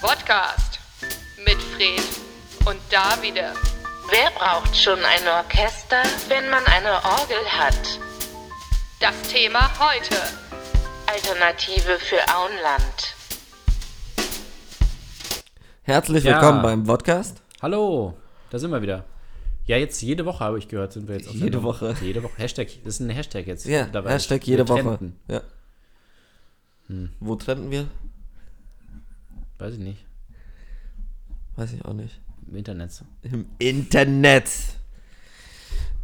Podcast mit Fred und Davide. Wer braucht schon ein Orchester, wenn man eine Orgel hat? Das Thema heute. Alternative für Auenland. Herzlich Ja. willkommen beim Podcast. Hallo, da sind wir wieder. Ja, jetzt jede Woche habe ich gehört, sind wir jetzt auf Jede Sendung. Woche. Jede Woche. Hashtag, das ist ein Hashtag jetzt. Ja, mittlerweile. Hashtag jede Wir Woche. trennten. Hm. Ja. Wo trennten wir? Weiß ich nicht. Weiß ich auch nicht. Im Internet. Im Internet.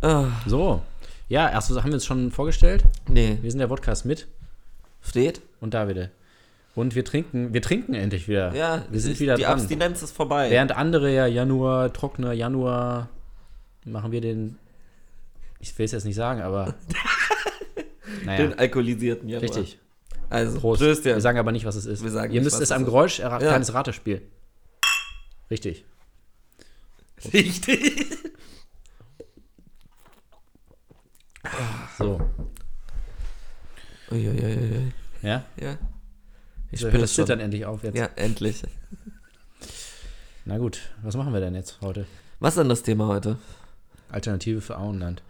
Ah, So. Ja, erst haben wir uns schon vorgestellt. Wir nee. sind der Podcast mit Steht? und Davide. Und wir trinken, wir trinken endlich wieder. Ja, wir sind ich- wieder die dran. Abstinenz ist vorbei. Während andere ja Januar, trockener Januar, machen wir den. Ich will es jetzt nicht sagen, aber. naja, Den alkoholisierten Januar. richtig. Also, Prost. Christian. Wir sagen aber nicht, was es ist. Wir sagen Ihr nicht, müsst was es es am ist. Geräusch erraten. Ja. Kleines Ratespiel. Richtig. richtig. So. Uiuiuiui. Ja? Ja. Ich spür hört das das Zittern schon. endlich auf jetzt. ja, endlich. Na gut, was machen wir denn jetzt heute? Was ist denn das Thema heute? Alternative für Auenland.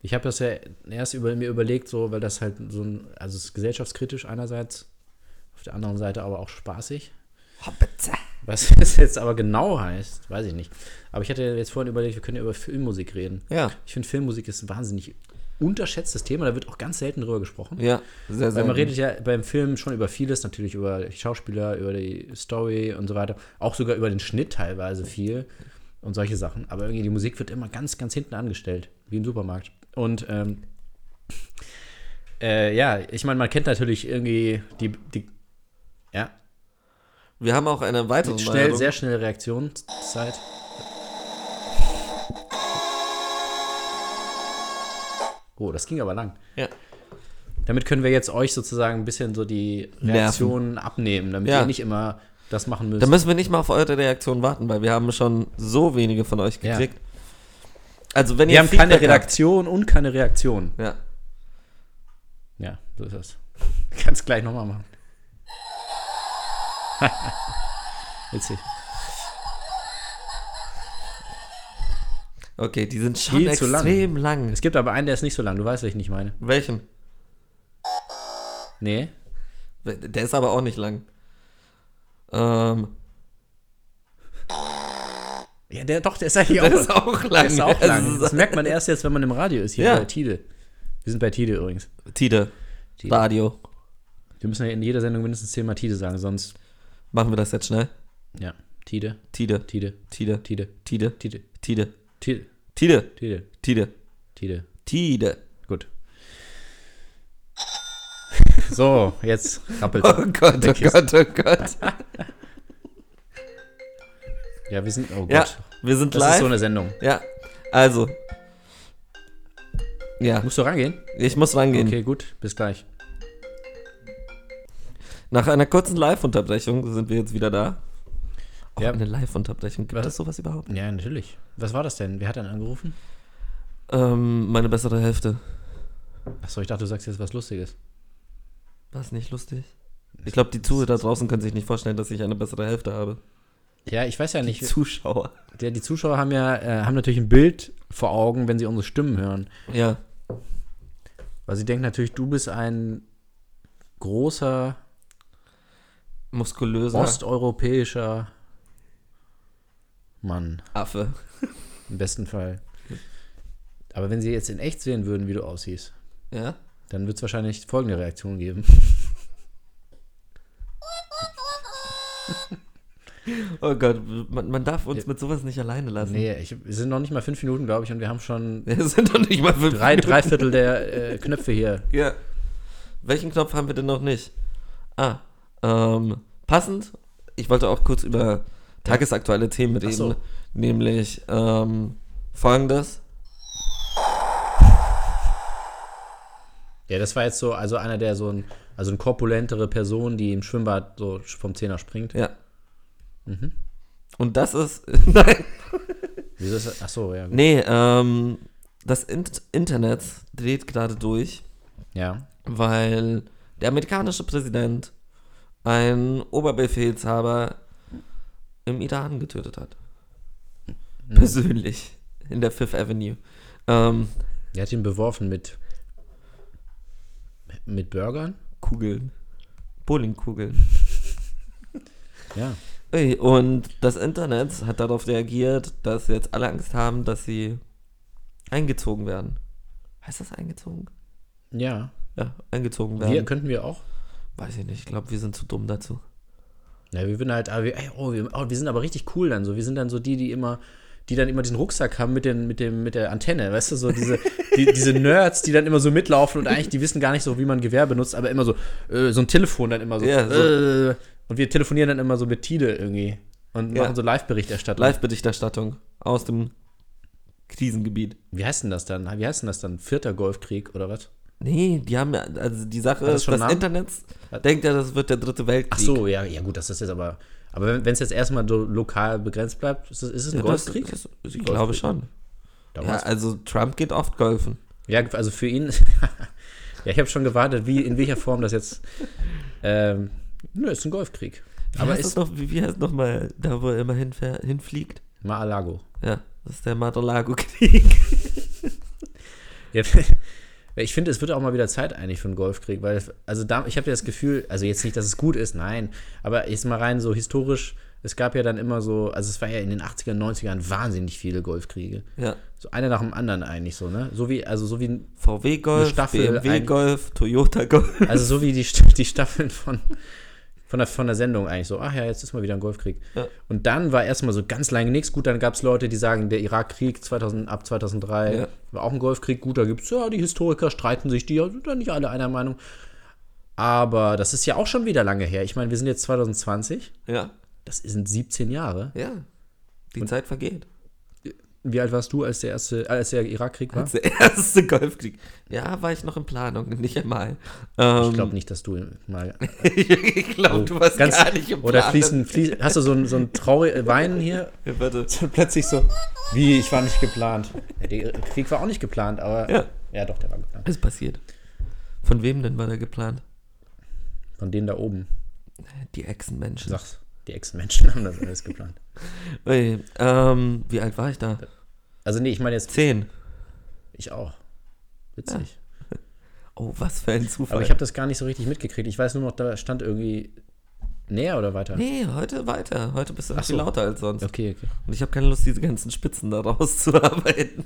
Ich habe das ja erst über, mir überlegt, so, weil das halt so ein, also es ist gesellschaftskritisch einerseits, auf der anderen Seite aber auch spaßig. Hoppitze. Was das jetzt aber genau heißt, weiß ich nicht. Aber ich hatte jetzt vorhin überlegt, wir können ja über Filmmusik reden. Ja. Ich finde, Filmmusik ist ein wahnsinnig unterschätztes Thema, da wird auch ganz selten drüber gesprochen. Ja, sehr, sehr. Weil man gut. redet ja beim Film schon über vieles, natürlich über die Schauspieler, über die Story und so weiter. Auch sogar über den Schnitt teilweise viel und solche Sachen. Aber irgendwie die Musik wird immer ganz, ganz hinten angestellt, wie im Supermarkt. Und ähm, äh, ja, ich meine, man kennt natürlich irgendwie die, die ja, Wir haben auch eine weitere schnell, Neuerung. sehr schnelle Reaktionszeit. Oh, das ging aber lang. Ja. Damit können wir jetzt euch sozusagen ein bisschen so die Reaktionen abnehmen, damit Ja. ihr nicht immer das machen müsst. Da müssen wir nicht mal auf eure Reaktion warten, weil wir haben schon so wenige von euch Ja. gekriegt. Also wenn wir ihr haben Feedback keine habt- Redaktion und keine Reaktion. Ja. Ja, so ist das. Kannst gleich nochmal machen. Witzig. Okay, die sind schon Viel zu lang. extrem lang. Es gibt aber einen, der ist nicht so lang. Du weißt, was ich nicht meine. Welchen? Nee. Der ist aber auch nicht lang. Ähm, Ja, der doch, der ist eigentlich der ist auch lang. Der ist auch Es lang. Ne? ist- Das merkt man erst jetzt, wenn man im Radio ist, hier Ja. bei Tide. Wir sind bei Tide übrigens. Tide. Tide. Radio. Wir müssen ja in jeder Sendung mindestens zehnmal Tide sagen, sonst, Machen wir das jetzt schnell. ja, Tide, Tide. Tide, Tide. Tide, Tide. Tide, Tide. Tide, Tide. Tide, Tide. Tide. Tide. Gut. So, jetzt rappelt Oh Gott, oh Gott, oh Gott. Ja, wir sind, oh Gott. Ja, wir sind das live. ist so eine Sendung. ja, also. Ja, Musst du rangehen? ich muss rangehen. Okay, gut, bis gleich. Nach einer kurzen Live-Unterbrechung sind wir jetzt wieder da. Auch Ja. eine Live-Unterbrechung. Gibt Was? es sowas überhaupt? Ja, natürlich. Was war das denn? Wer hat denn angerufen? Ähm, meine bessere Hälfte. Achso, ich dachte, du sagst jetzt was Lustiges. War es nicht lustig? Ich glaube, die Zuhörer da draußen können sich nicht vorstellen, dass ich eine bessere Hälfte habe. Ja, ich weiß ja nicht. Zuschauer. Der, die Zuschauer haben ja äh, haben natürlich ein Bild vor Augen, wenn sie unsere Stimmen hören. Ja. Weil sie denken natürlich, du bist ein großer Muskulöser osteuropäischer Mann, Affe. im besten Fall. Aber wenn sie jetzt in echt sehen würden, wie du aussiehst, Ja? dann wird es wahrscheinlich folgende Reaktion geben. Oh Gott, man, man darf uns mit sowas nicht alleine lassen. Nee, ich, wir sind noch nicht mal fünf Minuten, glaube ich, und wir haben schon Wir sind doch nicht mal fünf drei, Minuten. drei Viertel der äh, Knöpfe hier. Ja. Welchen Knopf haben wir denn noch nicht? Ah, ähm, passend. Ich wollte auch kurz über tagesaktuelle Themen reden. so. Nämlich ähm, folgendes. Ja, das war jetzt so, also einer der so ein, also eine korpulentere Person, die im Schwimmbad so vom Zehner springt. Ja. Und das ist. Nein. Wieso ist das? Ach so, ja. gut. Nee, ähm, das Int Internet dreht gerade durch, Ja. weil der amerikanische Präsident einen Oberbefehlshaber im Iran getötet hat. Persönlich. In der Fifth Avenue. Ähm, Er hat ihn beworfen mit. mit Burgern? Kugeln. Bowlingkugeln. Ja. Ey, Und das Internet hat darauf reagiert, dass jetzt alle Angst haben, dass sie eingezogen werden. Heißt das eingezogen? Ja. Ja, eingezogen werden. Wir könnten wir auch. Weiß ich nicht, ich glaube, wir sind zu dumm dazu. Ja, wir würden halt, aber wir, ey, oh, wir, oh, wir sind aber richtig cool dann so. Wir sind dann so die, die immer, die dann immer den Rucksack haben mit, den, mit, dem, mit der Antenne, weißt du, so diese, die, diese Nerds, die dann immer so mitlaufen und eigentlich, die wissen gar nicht so, wie man Gewehr benutzt, aber immer so, äh, so ein Telefon dann immer so. Ja, Äh, und wir telefonieren dann immer so mit Tide irgendwie und Ja. machen so Live-Berichterstattung. Live-Berichterstattung aus dem Krisengebiet. Wie heißt denn das dann? Wie heißt denn das dann? Vierter Golfkrieg oder was? Nee, die haben ja, also die Sache das ist, schon das Namen? Internet denkt ja, das wird der dritte Weltkrieg. Ach so, ja, ja gut, das ist jetzt aber. Aber wenn es jetzt erstmal so lokal begrenzt bleibt, ist es, ist es ein ja, das, Golfkrieg? das, ich glaube schon. Ja, Damals also Trump geht oft golfen. Ja, also für ihn. ja, ich habe schon gewartet, wie, in welcher Form das jetzt. Ähm, nö, ist ein Golfkrieg. Wie Aber heißt das ist. noch, wie wie heißt noch mal da, wo er immer hinfähr- hinfliegt? Mar-a-Lago. Ja, das ist der Mar-a-Lago-Krieg. Ja, ich finde, es wird auch mal wieder Zeit eigentlich für einen Golfkrieg, weil. Also da, ich habe ja das Gefühl, also jetzt nicht, dass es gut ist, nein. Aber jetzt mal rein so historisch. Es gab ja dann immer so, also es war ja in den 80er, 90ern wahnsinnig viele Golfkriege. Ja. So einer nach dem anderen eigentlich so, ne? So wie, also so wie ein Eine VW-Golf, Staffel, ein- BMW-Golf, Toyota-Golf. Also so wie die, St- die Staffeln von, von, der, von der Sendung eigentlich so, ach ja, jetzt ist mal wieder ein Golfkrieg. Ja. Und dann war erstmal so ganz lange nichts. Gut, dann gab es Leute, die sagen, der Irakkrieg 2000, ab 2003 Ja. war auch ein Golfkrieg. Gut, da gibt es, ja, die Historiker streiten sich, die sind da nicht alle einer Meinung. Aber das ist ja auch schon wieder lange her. Ich meine, wir sind jetzt 2020, Ja, das sind 17 Jahre. ja. Die Zeit vergeht. Wie alt warst du, als der erste, äh, als der Irakkrieg war? Als der erste Golfkrieg. Ja, war ich noch in Planung, nicht einmal. Ähm, Ich glaube nicht, dass du mal ich glaube, du warst ganz gar nicht im oder Plan. fließen, fließen hast du so ein so ein traurig Weinen hier Ja, warte. Und plötzlich so, wie, ich war nicht geplant. Ja, der Krieg war auch nicht geplant, aber. Ja. ja, doch, der war geplant. Ist passiert. Von wem denn war der geplant? Von denen da oben. Die Echsenmenschen. Sag's. Die Ex-Menschen haben das alles geplant. Ey, ähm, wie alt war ich da? Also, nee, ich meine jetzt Zehn. ich auch. Witzig. Oh, was für ein Zufall. Aber ich habe das gar nicht so richtig mitgekriegt. Ich weiß nur noch, da stand irgendwie näher oder weiter. nee, heute weiter. Heute bist du Ach viel so. lauter als sonst. Okay, okay. Und ich habe keine Lust, diese ganzen Spitzen da rauszuarbeiten.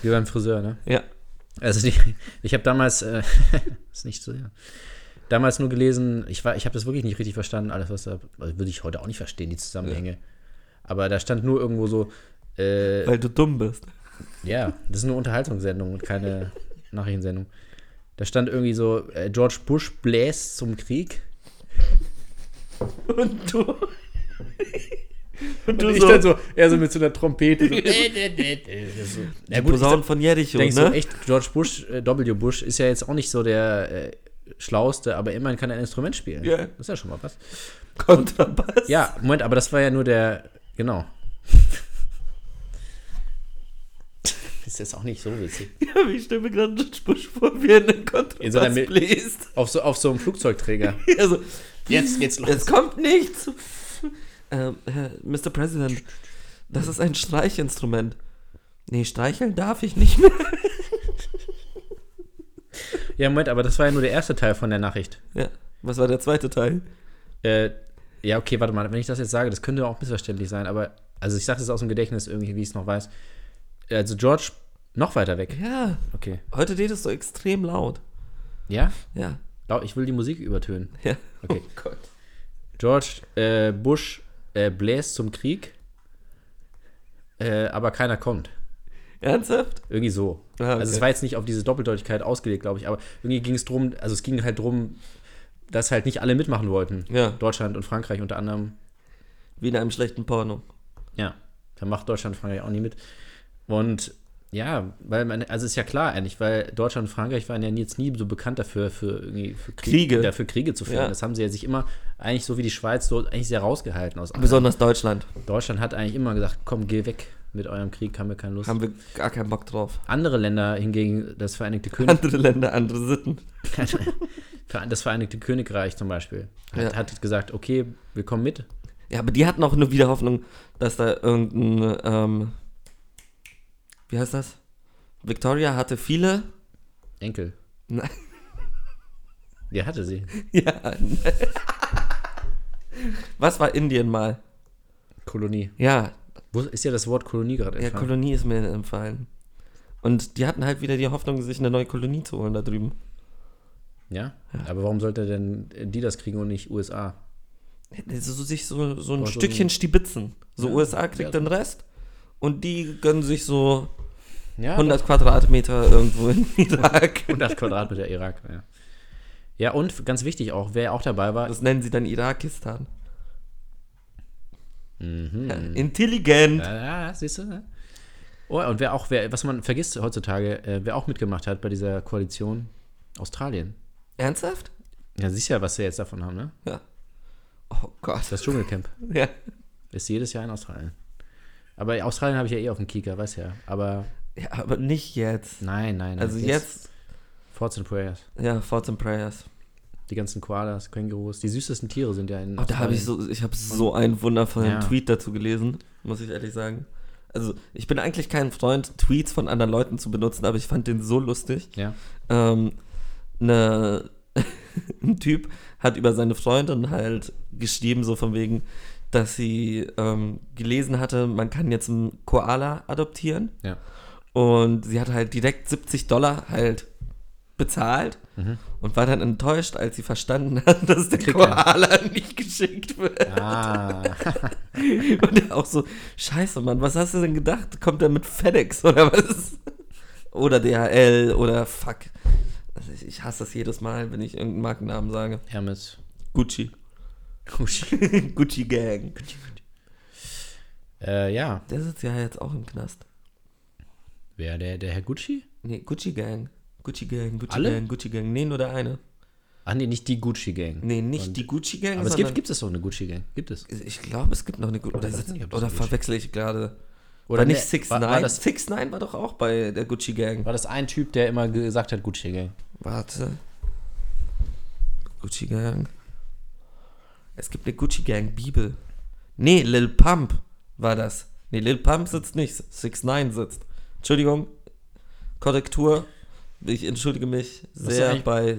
Wie beim Friseur, ne? Ja. Also die, ich habe damals, äh, ist nicht so, ja. Damals nur gelesen, ich, war- ich habe das wirklich nicht richtig verstanden, alles was da, also würde ich heute auch nicht verstehen, die Zusammenhänge. Aber da stand nur irgendwo so, äh, Weil du dumm bist. ja, das ist eine Unterhaltungssendung und keine Nachrichtensendung. Da stand irgendwie so, äh, George Bush bläst zum Krieg. Und du. Und du Und ich so. dann so, er so mit so einer Trompete. So, so. Ja, die gut, ich Posaunen sag- von Jericho, denkst ne? du, echt, George Bush, äh, W. Bush, ist ja jetzt auch nicht so der äh, Schlauste, aber immerhin kann er ein Instrument spielen. Ja. Das ist ja schon mal was. Kontrabass. Ja, Moment, aber das war ja nur der. Genau. ist jetzt auch nicht so witzig. Ja, ich stelle mir gerade einen Spusch vor, wie er einen so einer Kontrabass Mil- bläst. Auf so, auf so einem Flugzeugträger. Also, Jetzt, jetzt es kommt nichts. Ähm, Herr, Mr. President, das ist ein Streichinstrument. Nee, streicheln darf ich nicht mehr. Ja, Moment, aber das war ja nur der erste Teil von der Nachricht. Ja, was war der zweite Teil? Äh, ja, okay, warte mal, wenn ich das jetzt sage, das könnte auch missverständlich sein, aber. Also, ich sage das aus dem Gedächtnis irgendwie, wie ich es noch weiß. Also, George, noch weiter weg. Ja, Okay. heute redest du extrem laut. Ja? Ja, Lau- Ich will die Musik übertönen. ja. Okay. Oh Gott. George äh, Bush äh, bläst zum Krieg, äh, aber keiner kommt. Ernsthaft? Irgendwie so. Ah, okay. Also es war jetzt nicht auf diese Doppeldeutigkeit ausgelegt, glaube ich, aber irgendwie ging es drum, also es ging halt drum, dass halt nicht alle mitmachen wollten. Ja. Deutschland und Frankreich unter anderem. Wie in einem schlechten Porno. Ja. Da macht Deutschland und Frankreich auch nie mit. Und ja, weil man, also ist ja klar eigentlich, weil Deutschland und Frankreich waren ja jetzt nie so bekannt dafür, für irgendwie für Kriege. dafür Kriege zu führen. Ja. Das haben sie ja sich immer eigentlich so wie die Schweiz so eigentlich sehr rausgehalten aus allem. Besonders Deutschland. Deutschland hat eigentlich immer gesagt, komm, geh weg mit eurem Krieg, haben wir keine Lust. Haben wir gar keinen Bock drauf. andere Länder hingegen, das Vereinigte, König, Andere Länder, andere Sitten. das Vereinigte Königreich zum Beispiel, hat, Ja. hat gesagt, okay, wir kommen mit. Ja, aber die hatten auch nur wieder Hoffnung, dass da irgendein, ähm, wie heißt das? Victoria hatte viele. Enkel. Nein. Ja, hatte sie. Ja. Was war Indien mal? Kolonie. Ja, Wo ist ja das Wort Kolonie gerade ja, entfallen? Kolonie ist mir empfallen. Und die hatten halt wieder die Hoffnung, sich eine neue Kolonie zu holen da drüben. Ja? Aber warum sollte denn die das kriegen und nicht USA? Also so sich so, so ein War so Stückchen ein- stibitzen. So USA kriegt ja. den Rest und die gönnen sich so Ja, 100 Quadratmeter irgendwo in Irak. 100 Quadratmeter Irak. Ja. ja, und ganz wichtig auch, wer auch dabei war, Das nennen sie dann Irakistan. Ja, Intelligent. Mhm. Ja, ja, siehst du. Ne? Oh, und wer auch, wer, was man vergisst heutzutage, äh, wer auch mitgemacht hat bei dieser Koalition, Australien. Ernsthaft? Ja, siehst ja, was wir jetzt davon haben, ne? Ja. Oh Gott. Das Dschungelcamp ja. ist jedes Jahr in Australien. Aber Australien habe ich ja eh auf dem Kieker, weiß ja. Aber ja, aber nicht jetzt. nein, nein, nein. Also jetzt, Forts and Prayers. ja, Thoughts and Prayers. Die ganzen Koalas, Kängurus, die süßesten Tiere sind ja in Oh, da habe ich so, ich habe so einen wundervollen Ja. Tweet dazu gelesen, muss ich ehrlich sagen. Also, ich bin eigentlich kein Freund, Tweets von anderen Leuten zu benutzen, aber ich fand den so lustig. Ja. ähm, ne, ein Typ hat über seine Freundin halt geschrieben, so von wegen, dass sie ähm, gelesen hatte, man kann jetzt einen Koala adoptieren. Ja. Und sie hat halt direkt 70 Dollar halt bezahlt und war dann enttäuscht, als sie verstanden hat, dass der Mhm. Kriegt er. Koala nicht geschickt wird. Ah. Und auch so, scheiße, Mann, was hast du denn gedacht? Kommt er mit FedEx oder was? Oder DHL oder fuck. Also ich, ich hasse das jedes Mal, wenn ich irgendeinen Markennamen sage. Hermes. Gucci. Gucci. Gucci Gang. Äh, ja. Der sitzt ja jetzt auch im Knast. Wer, der, der Herr Gucci? Nee, Gucci Gang. Gucci Gang, Gucci Alle? Gang, Gucci Gang. Nee, nur der eine. Ach Ah, nee, nicht die Gucci-Gang. Nee, nicht die Gucci Gang, Aber es sondern- gibt, gibt es doch eine Gucci-Gang. Gibt es. Ich glaube, es gibt noch eine Gucci. Oder, weiß sitzt- nicht, ob das oder so ist. verwechsel ich gerade. Oder war nee, nicht 6 war- 9 war das- 6 9 war doch auch bei der Gucci Gang. War das ein Typ, der immer gesagt hat, Gucci Gang? Warte. Gucci Gang. Es gibt eine Gucci Gang Bibel. Nee, Lil Pump war das. Nee, Lil Pump sitzt nicht. 6 9 sitzt. Entschuldigung. Korrektur. Ich entschuldige mich ist sehr eigentlich- bei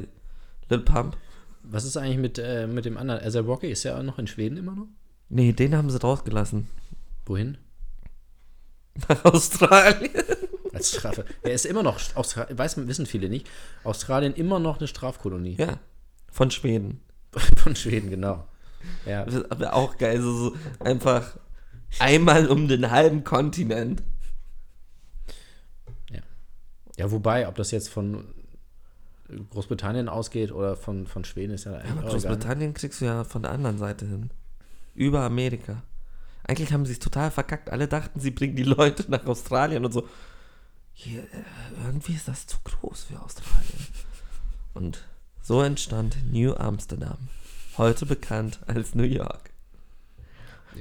Lil Pump. Was ist eigentlich mit, äh, mit dem anderen? Also Rocky ist ja auch noch in Schweden immer noch. Nee, den haben sie rausgelassen. Wohin? Nach Australien. Als Strafe. er ist immer noch, Austra weiß, man- wissen viele nicht, Australien immer noch eine Strafkolonie. Ja. Von Schweden. Von Schweden, genau. Ja. Das ist aber auch geil. So, so einfach einmal um den halben Kontinent. ja, wobei, ob das jetzt von Großbritannien ausgeht oder von, von Schweden, ist ja Aber eigentlich auch egal. Großbritannien kriegst du ja von der anderen Seite hin. Über Amerika. Eigentlich haben sie es total verkackt. Alle dachten, sie bringen die Leute nach Australien und so. Hier, äh, irgendwie ist das zu groß für Australien. Und so entstand New Amsterdam. Heute bekannt als New York.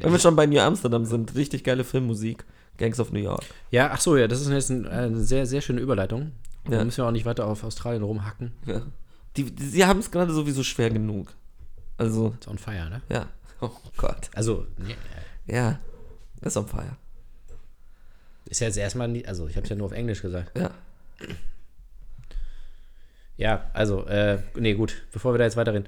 Wenn wir schon bei New Amsterdam sind, richtig geile Filmmusik. Gangs of New York. Ja, ach so, ja, das ist jetzt ein, äh, eine sehr, sehr schöne Überleitung. Da Ja. müssen wir auch nicht weiter auf Australien rumhacken. Ja. Die, die, sie haben es gerade sowieso schwer genug. Also, Ist on fire, ne? ja. Oh Gott. Also, nee, Ja. Ist on fire. ist ja jetzt erstmal nicht, also ich habe es ja nur auf Englisch gesagt. Ja. Ja, also, äh, nee, gut, bevor wir da jetzt weiterreden.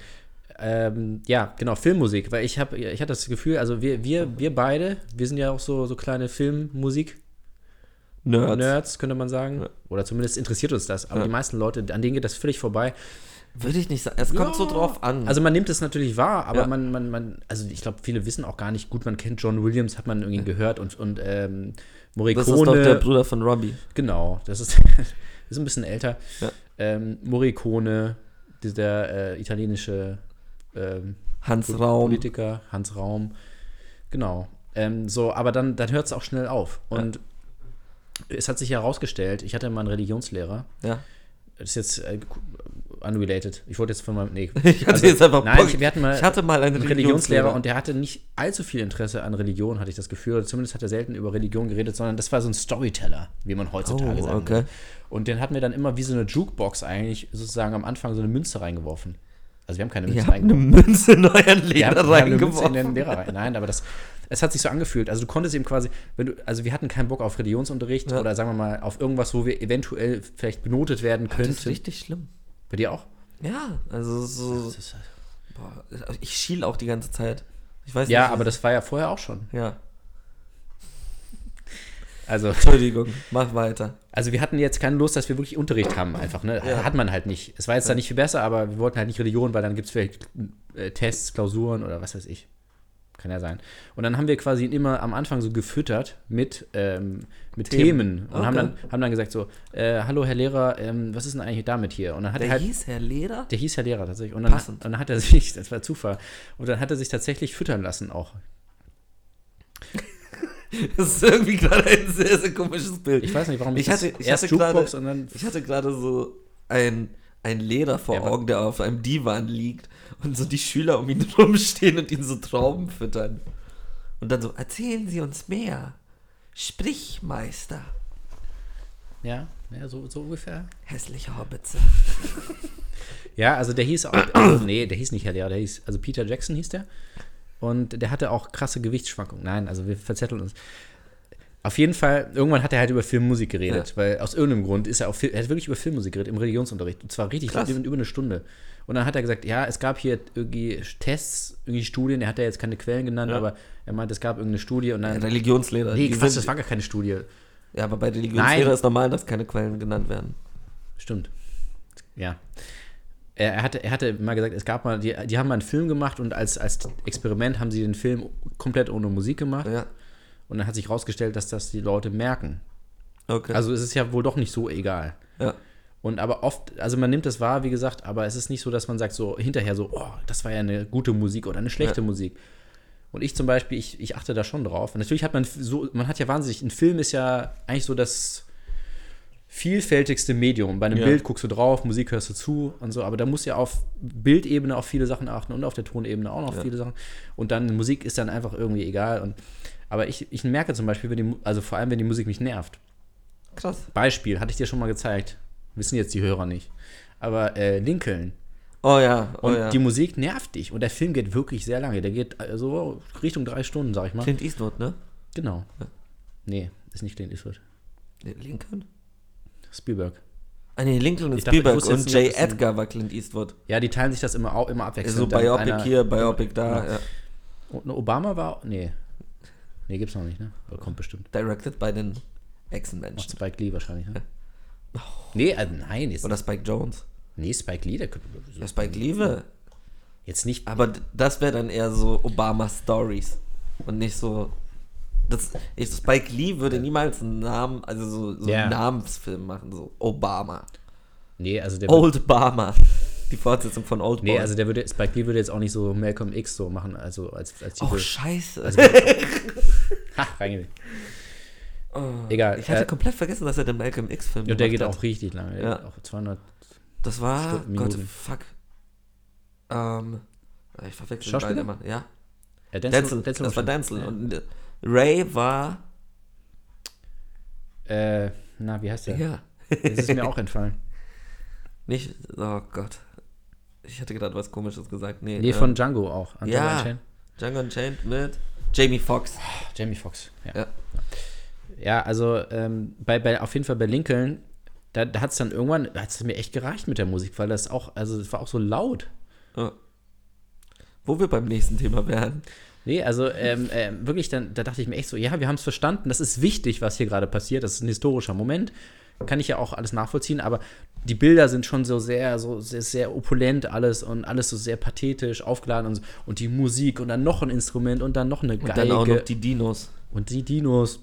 Ähm, ja, genau, Filmmusik, weil ich habe, ich hatte das Gefühl, also wir, wir, wir beide, wir sind ja auch so, so kleine Filmmusik-Nerds, Nerds. könnte man sagen. Ja. Oder zumindest interessiert uns das. Aber Ja. die meisten Leute, an denen geht das völlig vorbei. Würde ich nicht sagen. Es kommt so Ja. drauf an. Also man nimmt es natürlich wahr, aber Ja. man, man, man, also ich glaube, viele wissen auch gar nicht gut, man kennt John Williams, hat man irgendwie gehört und, und ähm, das Morricone. ist doch der Bruder von Robbie. Genau, das ist, ist ein bisschen älter. Ja. Ähm, Morricone, dieser äh, italienische ähm, Hans Pol- Raum. Politiker, Hans Raum. Genau. Ähm, so, aber dann, dann hört es auch schnell auf. Und es hat sich herausgestellt, ich hatte mal einen Religionslehrer, Ja. das ist jetzt äh, unrelated. Ich wollte jetzt von meinem. Nee. Also, Ich hatte jetzt einfach nein, Bock. ich, wir hatten mal Ich hatte mal einen einen Religionslehrer. Religionslehrer und der hatte nicht allzu viel Interesse an Religion, hatte ich das Gefühl. Oder zumindest hat er selten über Religion geredet, sondern das war so ein Storyteller, wie man heutzutage Oh, sagen okay. würde. Und den hatten wir dann immer wie so eine Jukebox eigentlich sozusagen am Anfang so eine Münze reingeworfen. Also wir haben keine Ihr Münzen habt eine reingeworfen. Münze in euren Wir haben, Lehrer wir haben eine Münze in den reingeworfen. Lehrer rein. Nein, aber das, es hat sich so angefühlt. Also du konntest eben quasi, wenn du, also wir hatten keinen Bock auf Religionsunterricht Ja. oder sagen wir mal auf irgendwas, wo wir eventuell vielleicht benotet werden Das ist könnten. richtig schlimm. Bei dir auch? Ja, also so, boah, ich schiel auch die ganze Zeit. Ich weiß Ja, nicht, aber was- das war ja vorher auch schon. Ja, Also, Entschuldigung, mach weiter. also wir hatten jetzt keine Lust, dass wir wirklich Unterricht haben einfach. Ne? Ja. Hat man halt nicht. Es war jetzt da nicht viel besser, aber wir wollten halt nicht Religion, weil dann gibt es vielleicht äh, Tests, Klausuren oder was weiß ich. Kann ja sein. Und dann haben wir quasi ihn immer am Anfang so gefüttert mit, ähm, mit Themen. Themen. Und haben, Okay. dann, haben dann gesagt so, äh, hallo Herr Lehrer, ähm, was ist denn eigentlich damit hier? Und dann hat Der er halt, hieß Herr Lehrer? der hieß Herr Lehrer tatsächlich. Und dann, und Passend. dann hat er sich, das war Zufall, und dann hat er sich tatsächlich füttern lassen auch. Das ist irgendwie gerade ein sehr, sehr komisches Bild. Ich weiß nicht, warum ich das hatte, ich erst hatte Jukebox gerade, und dann- Ich hatte gerade so ein, ein Leder vor Ja, wa- Augen, der auf einem Divan liegt und so die Schüler um ihn rumstehen und ihn so Trauben füttern. Und dann so, erzählen Sie uns mehr. Sprich, Meister. Ja, ja so, so ungefähr. Hässliche Hobbitze. Ja, also der hieß auch, nee, der hieß nicht Herr Lehrer, der hieß, also Peter Jackson hieß der. Und der hatte auch krasse Gewichtsschwankungen. Nein, also wir verzetteln uns. Auf jeden Fall, irgendwann hat er halt über Filmmusik geredet, weil aus irgendeinem Grund ist er auch, er hat wirklich über Filmmusik geredet im Religionsunterricht. Und zwar richtig Krass. über, über eine Stunde. Und dann hat er gesagt, ja, es gab hier irgendwie Tests, irgendwie Studien, er hat ja jetzt keine Quellen genannt, aber er meint, es gab irgendeine Studie und dann. Religionslehrer. nee, die Quatsch, sind- das war gar keine Studie. ja, aber bei Religionslehrer Nein. ist normal, dass keine Quellen genannt werden. Stimmt. Ja. Er, er, hatte, er hatte mal gesagt, es gab mal, die, die haben mal einen Film gemacht und als, als Experiment haben sie den Film komplett ohne Musik gemacht. Ja, Und dann hat sich rausgestellt, dass das die Leute merken. okay. Also es ist ja wohl doch nicht so egal. ja. Und aber oft, also man nimmt das wahr, wie gesagt, aber es ist nicht so, dass man sagt so hinterher so, oh, das war ja eine gute Musik oder eine schlechte Musik. Und ich zum Beispiel, ich, ich achte da schon drauf. Und natürlich hat man so, man hat ja wahnsinnig, ein Film ist ja eigentlich so das vielfältigste Medium. Bei einem Ja. Bild guckst du drauf, Musik hörst du zu und so, aber da musst du ja auf Bildebene auf viele Sachen achten und auf der Tonebene auch noch viele Sachen. Und dann Musik ist dann einfach irgendwie egal. Und, aber ich, ich merke zum Beispiel, wenn die, Mu- also vor allem, wenn die Musik mich nervt. Krass. Beispiel, hatte ich dir schon mal gezeigt. Wissen jetzt die Hörer nicht. Aber äh, Lincoln. Oh ja, oh Und ja. die Musik nervt dich. Und der Film geht wirklich sehr lange. Der geht äh, so Richtung drei Stunden, sag ich mal. Clint Eastwood, ne? Genau. Nee, ist nicht Clint Eastwood. Lincoln? Spielberg. Ah nee, Lincoln ist Ich dachte, ich Spielberg wusste jetzt und nicht, J. ob das ein- Edgar war Clint Eastwood. Ja, die teilen sich das immer, au- immer abwechselnd. So Dann Biopic einer- hier, Biopic da. Ja. Und Obama war. Nee. Nee, gibt's noch nicht, ne? Aber kommt bestimmt. Directed bei den Macht Echsenmenschen. Spike Lee wahrscheinlich, ne? Nee, also nein, jetzt, Oh. Oder Spike Jones. nee, Spike Lee, der könnte Ja, Mhm. Spike Lee. jetzt nicht. Aber d- das wäre dann eher so Obama Stories. Und nicht so. Das, ich, Spike Lee würde niemals einen Namen, also so, so Ja. einen Namensfilm machen, so Obama. Nee, also der Old Obama. Die Fortsetzung von Old Nee, Boy. also der würde, Spike Lee würde jetzt auch nicht so Malcolm X so machen, also als, als oh, Titel. scheiße. also ha, reingelegt. Egal. Oh, ich hatte äh, komplett vergessen, dass er den Malcolm X-Film und der geht hat. auch richtig lange. Der Ja. geht auch 200. Das war. Stunden, Gott, Minuten. fuck. Ähm, ich verwechsel die Schauspieler? beide immer. Ja. Ja, Denzel, das war Denzel. Und äh, Ray war. Äh, na, wie heißt der? Ja. Das ist mir auch entfallen. Nicht. Oh Gott. Ich hatte gerade was Komisches gesagt. Nee, Nee, ähm, von Django auch. Anton Ja. Unchained. Django Unchained mit Jamie Foxx. Jamie Foxx. Ja. ja. Ja. also ähm, bei, bei, auf jeden Fall bei Lincoln, da, da hat es dann irgendwann, hat es mir echt gereicht mit der Musik, weil das auch, also es war auch so laut. Ja. Oh. Wo wir beim nächsten Thema wären. Nee, also ähm, ähm, wirklich, dann, da dachte ich mir echt so, ja, wir haben es verstanden, das ist wichtig, was hier gerade passiert, das ist ein historischer Moment, kann ich ja auch alles nachvollziehen, aber die Bilder sind schon so sehr, so sehr, sehr opulent alles und alles so sehr pathetisch aufgeladen und, so. und die Musik und dann noch ein Instrument und dann noch eine Geige Dann auch noch die Dinos. und die Dinos.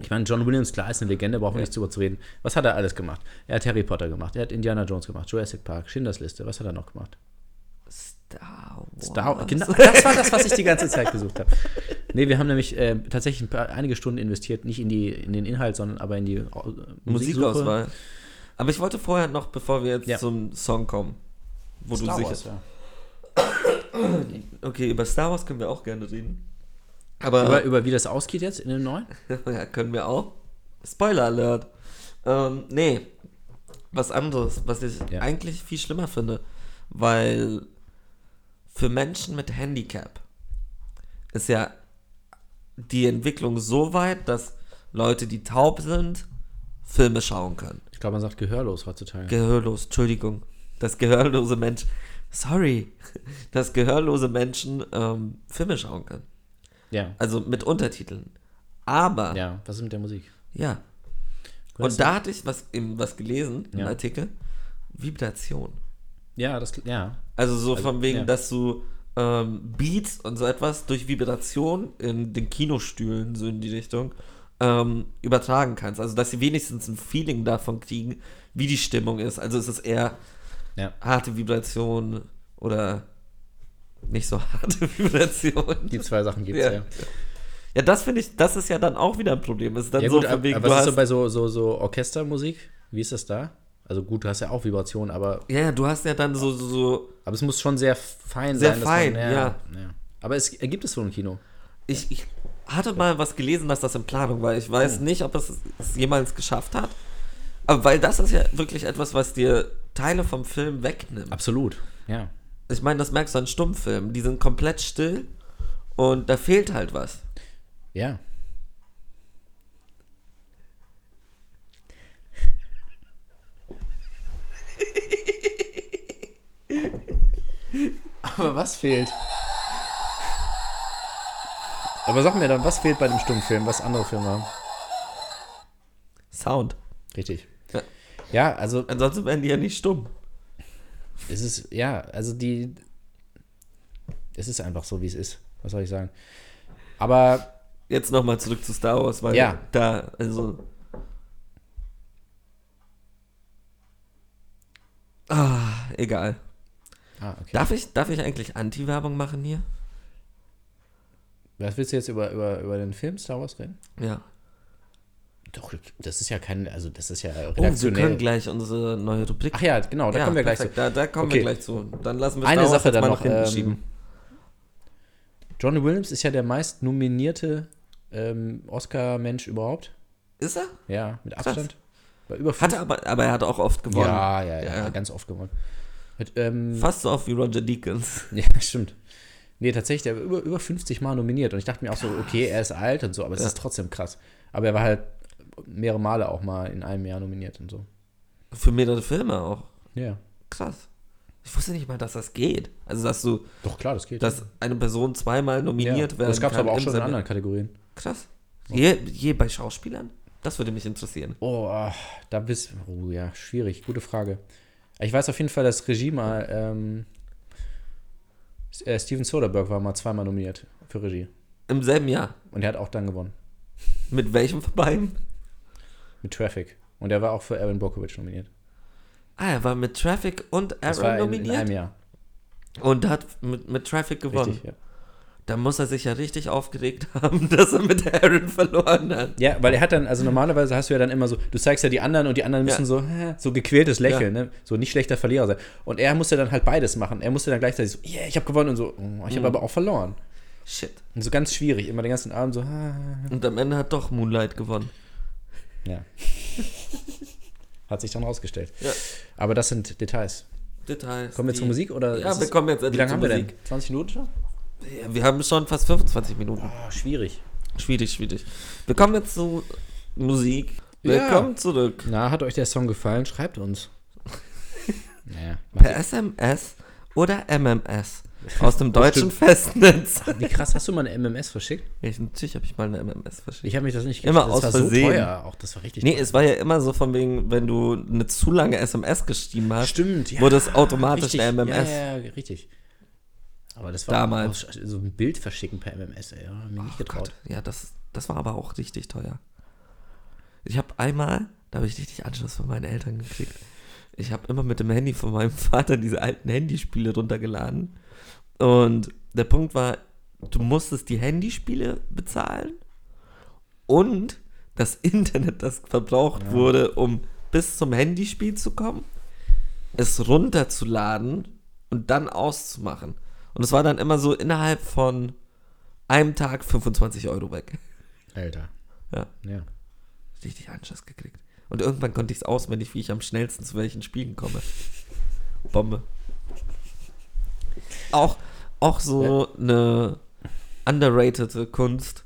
Ich meine, John Williams, klar, ist eine Legende, brauchen wir nicht drüber zu reden. Was hat er alles gemacht? Er hat Harry Potter gemacht, er hat Indiana Jones gemacht, Jurassic Park, Schindlers Liste, was hat er noch gemacht? Star Wars. Da, genau, das war das, was ich die ganze Zeit gesucht habe. Nee, wir haben nämlich äh, tatsächlich ein paar, einige Stunden investiert, nicht in, die, in den Inhalt, sondern aber in die äh, Musiksuche. Musikauswahl. Aber ich wollte vorher noch, bevor wir jetzt Ja. zum Song kommen, wo Star du sicher. Wars, ja. Okay, über Star Wars können wir auch gerne reden. Aber über, über wie das ausgeht jetzt in dem neuen? ja, können wir auch. Spoiler Alert. Ähm, nee, was anderes, was ich Ja. eigentlich viel schlimmer finde. weil für Menschen mit Handicap ist ja die Entwicklung so weit, dass Leute, die taub sind, Filme schauen können. Ich glaube, man sagt gehörlos heutzutage. Gehörlos, Entschuldigung. Das gehörlose Mensch. Sorry. Dass gehörlose Menschen ähm, Filme schauen können. ja. Also mit Untertiteln. Aber, ja. ja, was ist mit der Musik? Und da hatte ich was, im, was gelesen, im Ja. Artikel. Vibration. Ja, das, ja. Also so von wegen, ja. dass du ähm, Beats und so etwas durch Vibration in den Kinostühlen so in die Richtung ähm, übertragen kannst. Also dass sie wenigstens ein Feeling davon kriegen, wie die Stimmung ist. Also es ist eher ja. harte Vibration oder nicht so harte Vibration. Die zwei Sachen gibt es, Ja. ja. ja. Ja, das finde ich, das ist ja dann auch wieder ein Problem. Es Ist dann Ja, so gut, von aber, wegen, aber du was ist hast, so bei so, so, so Orchestermusik? Wie ist das da? Also gut, du hast ja auch Vibrationen, aber, ja, ja, du hast ja dann so, so, so aber es muss schon sehr fein Sehr fein, sein. dass man, Aber es gibt es wohl im Kino. Ich, ich hatte mal was gelesen, dass das in Planung war. Ich weiß nicht, ob es es jemals geschafft hat. Aber weil das ist ja wirklich etwas, was dir Teile vom Film wegnimmt. Absolut, ja. Ich meine, das merkst du an Stummfilmen. Die sind komplett still und da fehlt halt was. Ja. Aber was fehlt? Aber sag mir dann, was fehlt bei dem Stummfilm, was andere Filme haben? Sound. Richtig. Ja. Ja, also Ansonsten werden die ja nicht stumm. es ist, ja, also die, es ist einfach so, wie es ist. Was soll ich sagen? Aber Jetzt nochmal zurück zu Star Wars, weil Ja. da, also. Ah, egal. ah, okay. Darf ich, darf ich eigentlich Anti-Werbung machen hier? was willst du jetzt über, über, über den Film Star Wars reden? Ja. Doch, das ist ja kein, also das ist ja Oh, wir redaktionell. können gleich unsere neue Rubrik. Ach ja, genau, da kommen wir gleich perfekt. zu. Da, da kommen wir Okay. gleich zu. Dann lassen wir Eine Star Wars Sache jetzt dann mal noch. nach hinten Ähm, schieben. Johnny Williams ist ja der meist nominierte ähm, Oscar-Mensch überhaupt. Ist er? Ja, mit Abstand. Bei über Hat fünf. er aber, aber er hat auch oft gewonnen. ja, ja, ja, Ja, ja. ganz oft gewonnen. Mit, ähm, Fast so oft wie Roger Deakins. ja, stimmt. Nee, tatsächlich, der war über, über 50 Mal nominiert. Und ich dachte mir auch so, okay, er ist alt und so, aber es ist trotzdem krass. Aber er war halt mehrere Male auch mal in einem Jahr nominiert und so. Für mehrere Filme auch. Ja. Krass. Ich wusste nicht mal, dass das geht. Also, dass du, Doch, klar, das geht. dass eine Person zweimal ja. nominiert werden Das gab es kann aber auch im schon in Sender. anderen Kategorien. Krass. Je, je bei Schauspielern? Das würde mich interessieren. Oh, ah, da bist Oh ja, schwierig. Gute Frage. Ich weiß auf jeden Fall, dass Regie mal. Ähm, S- äh, Steven Soderbergh war mal zweimal nominiert für Regie. Im selben Jahr. Und er hat auch dann gewonnen. Mit welchem von beiden? Mit Traffic. Und er war auch für Aaron Brockovich nominiert. Ah, er war mit Traffic und Das Aaron war in, in nominiert. einem Jahr. Und hat mit, mit Traffic gewonnen. Richtig, ja. Da muss er sich ja richtig aufgeregt haben, dass er mit Aaron verloren hat. ja, weil er hat dann, also normalerweise hast du ja dann immer so, du zeigst ja die anderen und die anderen Ja. müssen so, hä, so gequältes Lächeln, ne? so nicht schlechter Verlierer sein. Und er musste dann halt beides machen. Er musste dann gleichzeitig so, yeah, ich habe gewonnen und so, oh, ich habe aber auch verloren. Shit. Und so ganz schwierig, immer den ganzen Abend so, ah, Und am Ende hat doch Moonlight gewonnen. Ja. Hat sich dann rausgestellt. Ja. Aber das sind Details. Details. Kommen wir die- zur Musik oder? Ja, ist wir es- kommen jetzt Wie endlich lange zur haben wir Musik. denn? 20 Minuten schon? Ja, wir haben schon fast 25 Minuten. Oh, schwierig. Schwierig, schwierig. Wir kommen jetzt zu Musik. Willkommen zurück. Na, hat euch der Song gefallen? Schreibt uns. naja. Per SMS oder MMS? Aus dem deutschen Festnetz. Wie krass, hast du mal eine MMS verschickt? Ich, natürlich habe ich mal eine MMS verschickt. Ich habe mich das nicht Immer das aus war Versehen. So teuer. Auch das war richtig Nee, teuer. es war ja immer so von wegen, wenn du eine zu lange SMS geschrieben hast, Stimmt, ja. wurde es automatisch richtig. eine MMS. Ja, ja, ja, richtig. Aber das war Damals. auch so ein Bild verschicken per MMS, ey. Hab ich Mir nicht getraut. Gott, ja, das, das war aber auch richtig teuer. Ich habe einmal, da habe ich richtig Anschluss von meinen Eltern gekriegt. Ich habe immer mit dem Handy von meinem Vater diese alten Handyspiele runtergeladen. Und der Punkt war, du musstest die Handyspiele bezahlen und das Internet, das verbraucht wurde, um bis zum Handyspiel zu kommen, es runterzuladen und dann auszumachen. Und es war dann immer so innerhalb von einem Tag 25 Euro weg. Alter. Ja, Ja. richtig Anschiss gekriegt. Und irgendwann konnte ich es auswendig, wie ich am schnellsten zu welchen Spielen komme. Bombe. auch, auch so eine underratede Kunst.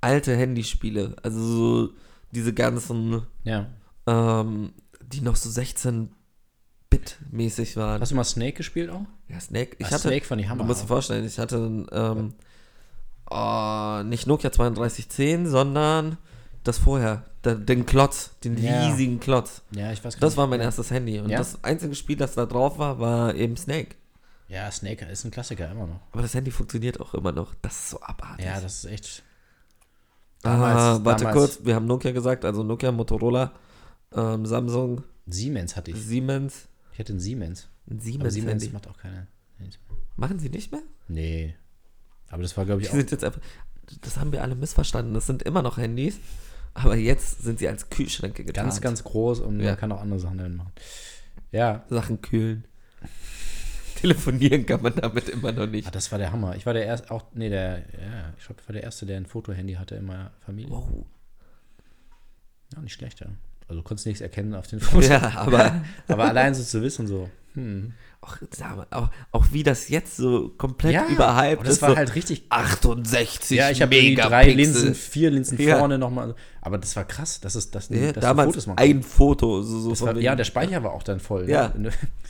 Alte Handyspiele. Also so diese ganzen, Ja. ähm, die noch so 16-Bit-mäßig waren. Hast du mal Snake gespielt auch? Ja, Snake. Ich Ah, hatte, Snake fand ich Hammer, Du musst dir aber- vorstellen, ich hatte ein, ähm, oh, nicht Nokia 3210, sondern das vorher. da- Den Klotz, den Ja. riesigen Klotz. Ja, ich weiß gar Das nicht. war mein erstes Handy. Und Ja. das einzige Spiel, das da drauf war, war eben Snake. Ja, Snake ist ein Klassiker immer noch. Aber das Handy funktioniert auch immer noch. Das ist so abartig. Ja, das ist echt. ah, damals- warte damals- kurz, wir haben Nokia gesagt, also Nokia, Motorola, ähm, Samsung, Siemens hatte ich. Siemens. Ich hatte einen Siemens. Ein Aber Siemens Siemens-Handy. macht auch keine. Handys mehr. Machen sie nicht mehr? Nee. Aber das war, glaube ich, Die auch. sind jetzt einfach, das haben wir alle missverstanden. Das sind immer noch Handys, aber jetzt sind sie als Kühlschränke getan. Ganz, ganz groß und Ja. man kann auch andere Sachen damit machen. Ja. Sachen kühlen. Telefonieren kann man damit immer noch Ah, nicht. das war der Hammer. Ich war der erste, auch, nee, der, ja, ich glaube, ich war der Erste, der ein Fotohandy hatte in meiner Familie. Wow. Ja, nicht schlecht, ja. Also du konntest nichts erkennen auf den Fotos. Ja, aber Aber allein so zu wissen, so. auch, sag mal, auch, auch wie das jetzt so komplett Ja, überhyped aber das ist. war so halt richtig- 68 Ja, ich habe irgendwie Megapixel. drei Linsen, vier Linsen Ja. vorne nochmal. Aber das war krass, dass es, dass, Ja, dass du damals machen ein Foto. So, so Das von war, wegen- ja, der Speicher war auch dann voll. ne? Ja.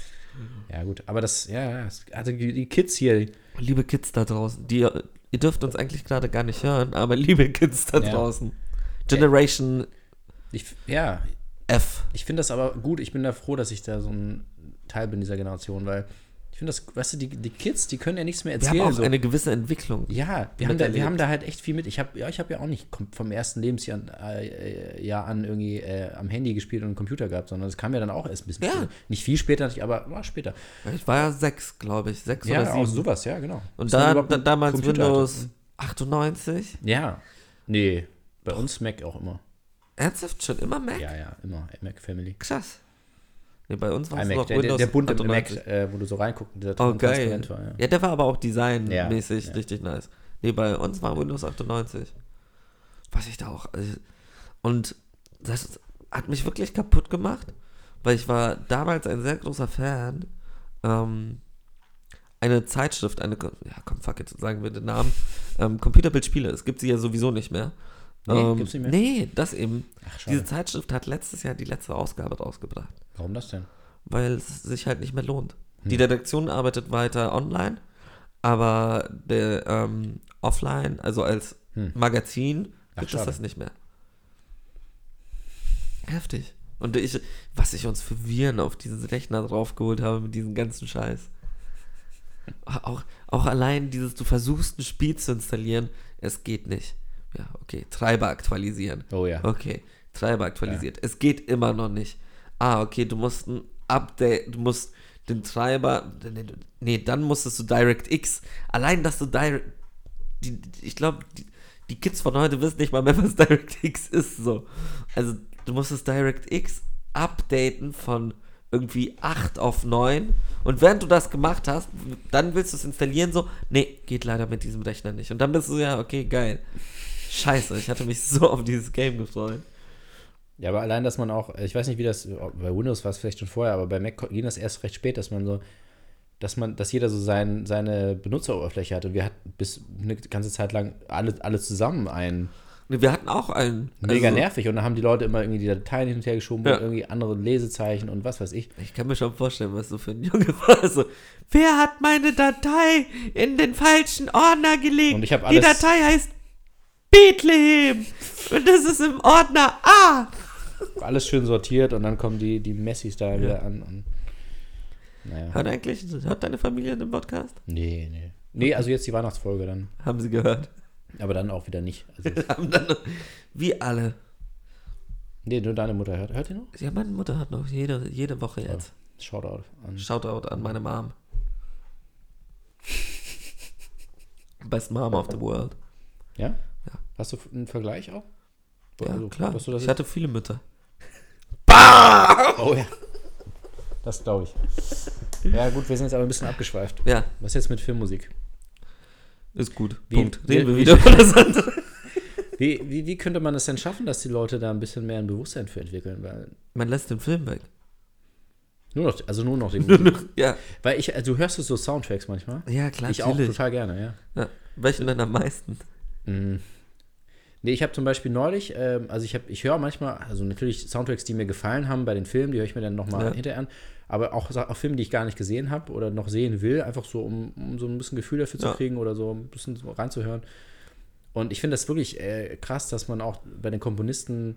ja, gut. Aber das, ja, ja, es hatte die die Kids hier. liebe Kids da draußen, die, ihr dürft uns eigentlich gerade gar nicht hören, aber liebe Kids da Ja. draußen. Generation Ich, ja, F. ich finde das aber gut. Ich bin da froh, dass ich da so ein Teil bin dieser Generation, weil ich finde das, weißt du, die, die Kids, die können ja nichts mehr Wir erzählen. haben auch so. eine gewisse Entwicklung. ja, wir haben, da, miterlebt. wir haben da halt echt viel mit. Ich habe ja, ich hab ja auch nicht kom- vom ersten Lebensjahr äh, Jahr an irgendwie äh, am Handy gespielt und einen Computer gehabt, sondern das kam ja dann auch erst ein bisschen. Ja. später. Nicht viel später, natürlich, aber war später. Ich war ja sechs, glaube ich. Sechs oder Ja, sieben. auch sowas, ja, genau. Und Bis man da, überhaupt da, einen damals Computer hatte. Mhm. Windows 98. Ja. Nee, bei uns Mac auch immer. Ernsthaft schon immer Mac? Ja, ja, immer. Mac Family. Krass. Nee, bei uns war es iMac, noch der, der, Windows der bunte Mac, 98. äh, wo du so reinguckst und dieser Oh, Ton geil. war. Ja. Ja, der war aber auch designmäßig Ja, ja. richtig nice. Nee, bei uns war Windows 98. Was ich da auch. Also, und das hat mich wirklich kaputt gemacht, weil ich war damals ein sehr großer Fan. Ähm, eine Zeitschrift, eine, Ko- ja komm, fuck it, sagen wir den Namen. Ähm, Computerbildspiele, es gibt sie ja sowieso nicht mehr. Ähm, Nee, gibt's nicht mehr? Nee, das eben. schade. Diese Zeitschrift hat letztes Jahr die letzte Ausgabe rausgebracht Warum das denn? weil es sich halt nicht mehr lohnt. Die Redaktion arbeitet weiter online, aber der ähm, offline, also als Magazin, gibt es schade. das nicht mehr. Heftig. Und ich, was ich uns für Viren auf diesen Rechner draufgeholt habe mit diesem ganzen Scheiß. Auch, auch allein dieses, du versuchst ein Spiel zu installieren, es geht nicht. Ja, okay. Treiber aktualisieren. Oh ja. Okay, Treiber aktualisiert. Es geht immer noch nicht. Ah, okay, du musst ein Update, du musst den Treiber, nee, du- nee, dann musstest du DirectX. Allein, dass du Direct, die, die- ich glaube, die, die Kids von heute wissen nicht mal mehr, was DirectX ist, so. Also, du musstest DirectX updaten von irgendwie 8 auf 9 und während du das gemacht hast, dann willst du es installieren, so, nee, geht leider mit diesem Rechner nicht. Und dann bist du, ja, okay, geil. Scheiße, ich hatte mich so auf dieses Game gefreut. Ja, aber allein, dass man auch, äh, ich weiß nicht, wie das, oh, bei Windows war es vielleicht schon vorher, aber bei Mac ging das erst recht spät, dass man so, dass man, dass jeder so sein, seine Benutzeroberfläche hat und wir hatten bis eine ganze Zeit lang alle, alle zusammen einen. Nee, Wir hatten auch einen. Mega also, nervig und dann haben die Leute immer irgendwie die Dateien hin und her geschoben Ja. und irgendwie andere Lesezeichen und was weiß ich. Ich kann mir schon vorstellen, was du für ein Junge warst. So, wer hat meine Datei in den falschen Ordner gelegt? Und ich hab Die alles- Datei heißt Bethlehem. Und das ist im Ordner A. Alles schön sortiert und dann kommen die, die Messis da wieder an und naja. Hört eigentlich, hört deine Familie den Podcast? Nee, nee. Nee, also jetzt die Weihnachtsfolge dann. Haben sie gehört. Aber dann auch wieder nicht. Also, Haben dann, wie alle. nee, nur deine Mutter hört. Hört ihr noch? Ja, meine Mutter hat noch jede, jede Woche jetzt. Shoutout an. Shoutout an meine Mom. Best Mom of the World. Ja? Hast du einen Vergleich auch? Ja, Also, klar. dass du das ich hatte viele Mütter. Oh ja. Das glaube ich. Ja, gut, wir sind jetzt aber ein bisschen abgeschweift. Ja, Was jetzt mit Filmmusik? ist gut. Wie- Punkt. wie- Reden wir wie- wieder über das andere. Wie, wie, wie könnte man es denn schaffen, dass die Leute da ein bisschen mehr ein Bewusstsein für entwickeln? Weil, Man lässt den Film weg. Nur noch, also nur noch die Musik. Ja, Weil ich, also du hörst du so Soundtracks manchmal? ja klar. ich auch natürlich. total gerne, ja. Ja. Welchen denn am meisten? Nee, ich habe zum Beispiel neulich, ähm, also ich, hab- ich höre manchmal, also natürlich Soundtracks, die mir gefallen haben bei den Filmen, die höre ich mir dann nochmal Ja. hinterher an, aber auch, Sa- auch Filme, die ich gar nicht gesehen habe oder noch sehen will, einfach so, um, um so ein bisschen Gefühl dafür Ja. zu kriegen oder so ein bisschen so reinzuhören. Und ich finde das wirklich äh, krass, dass man auch bei den Komponisten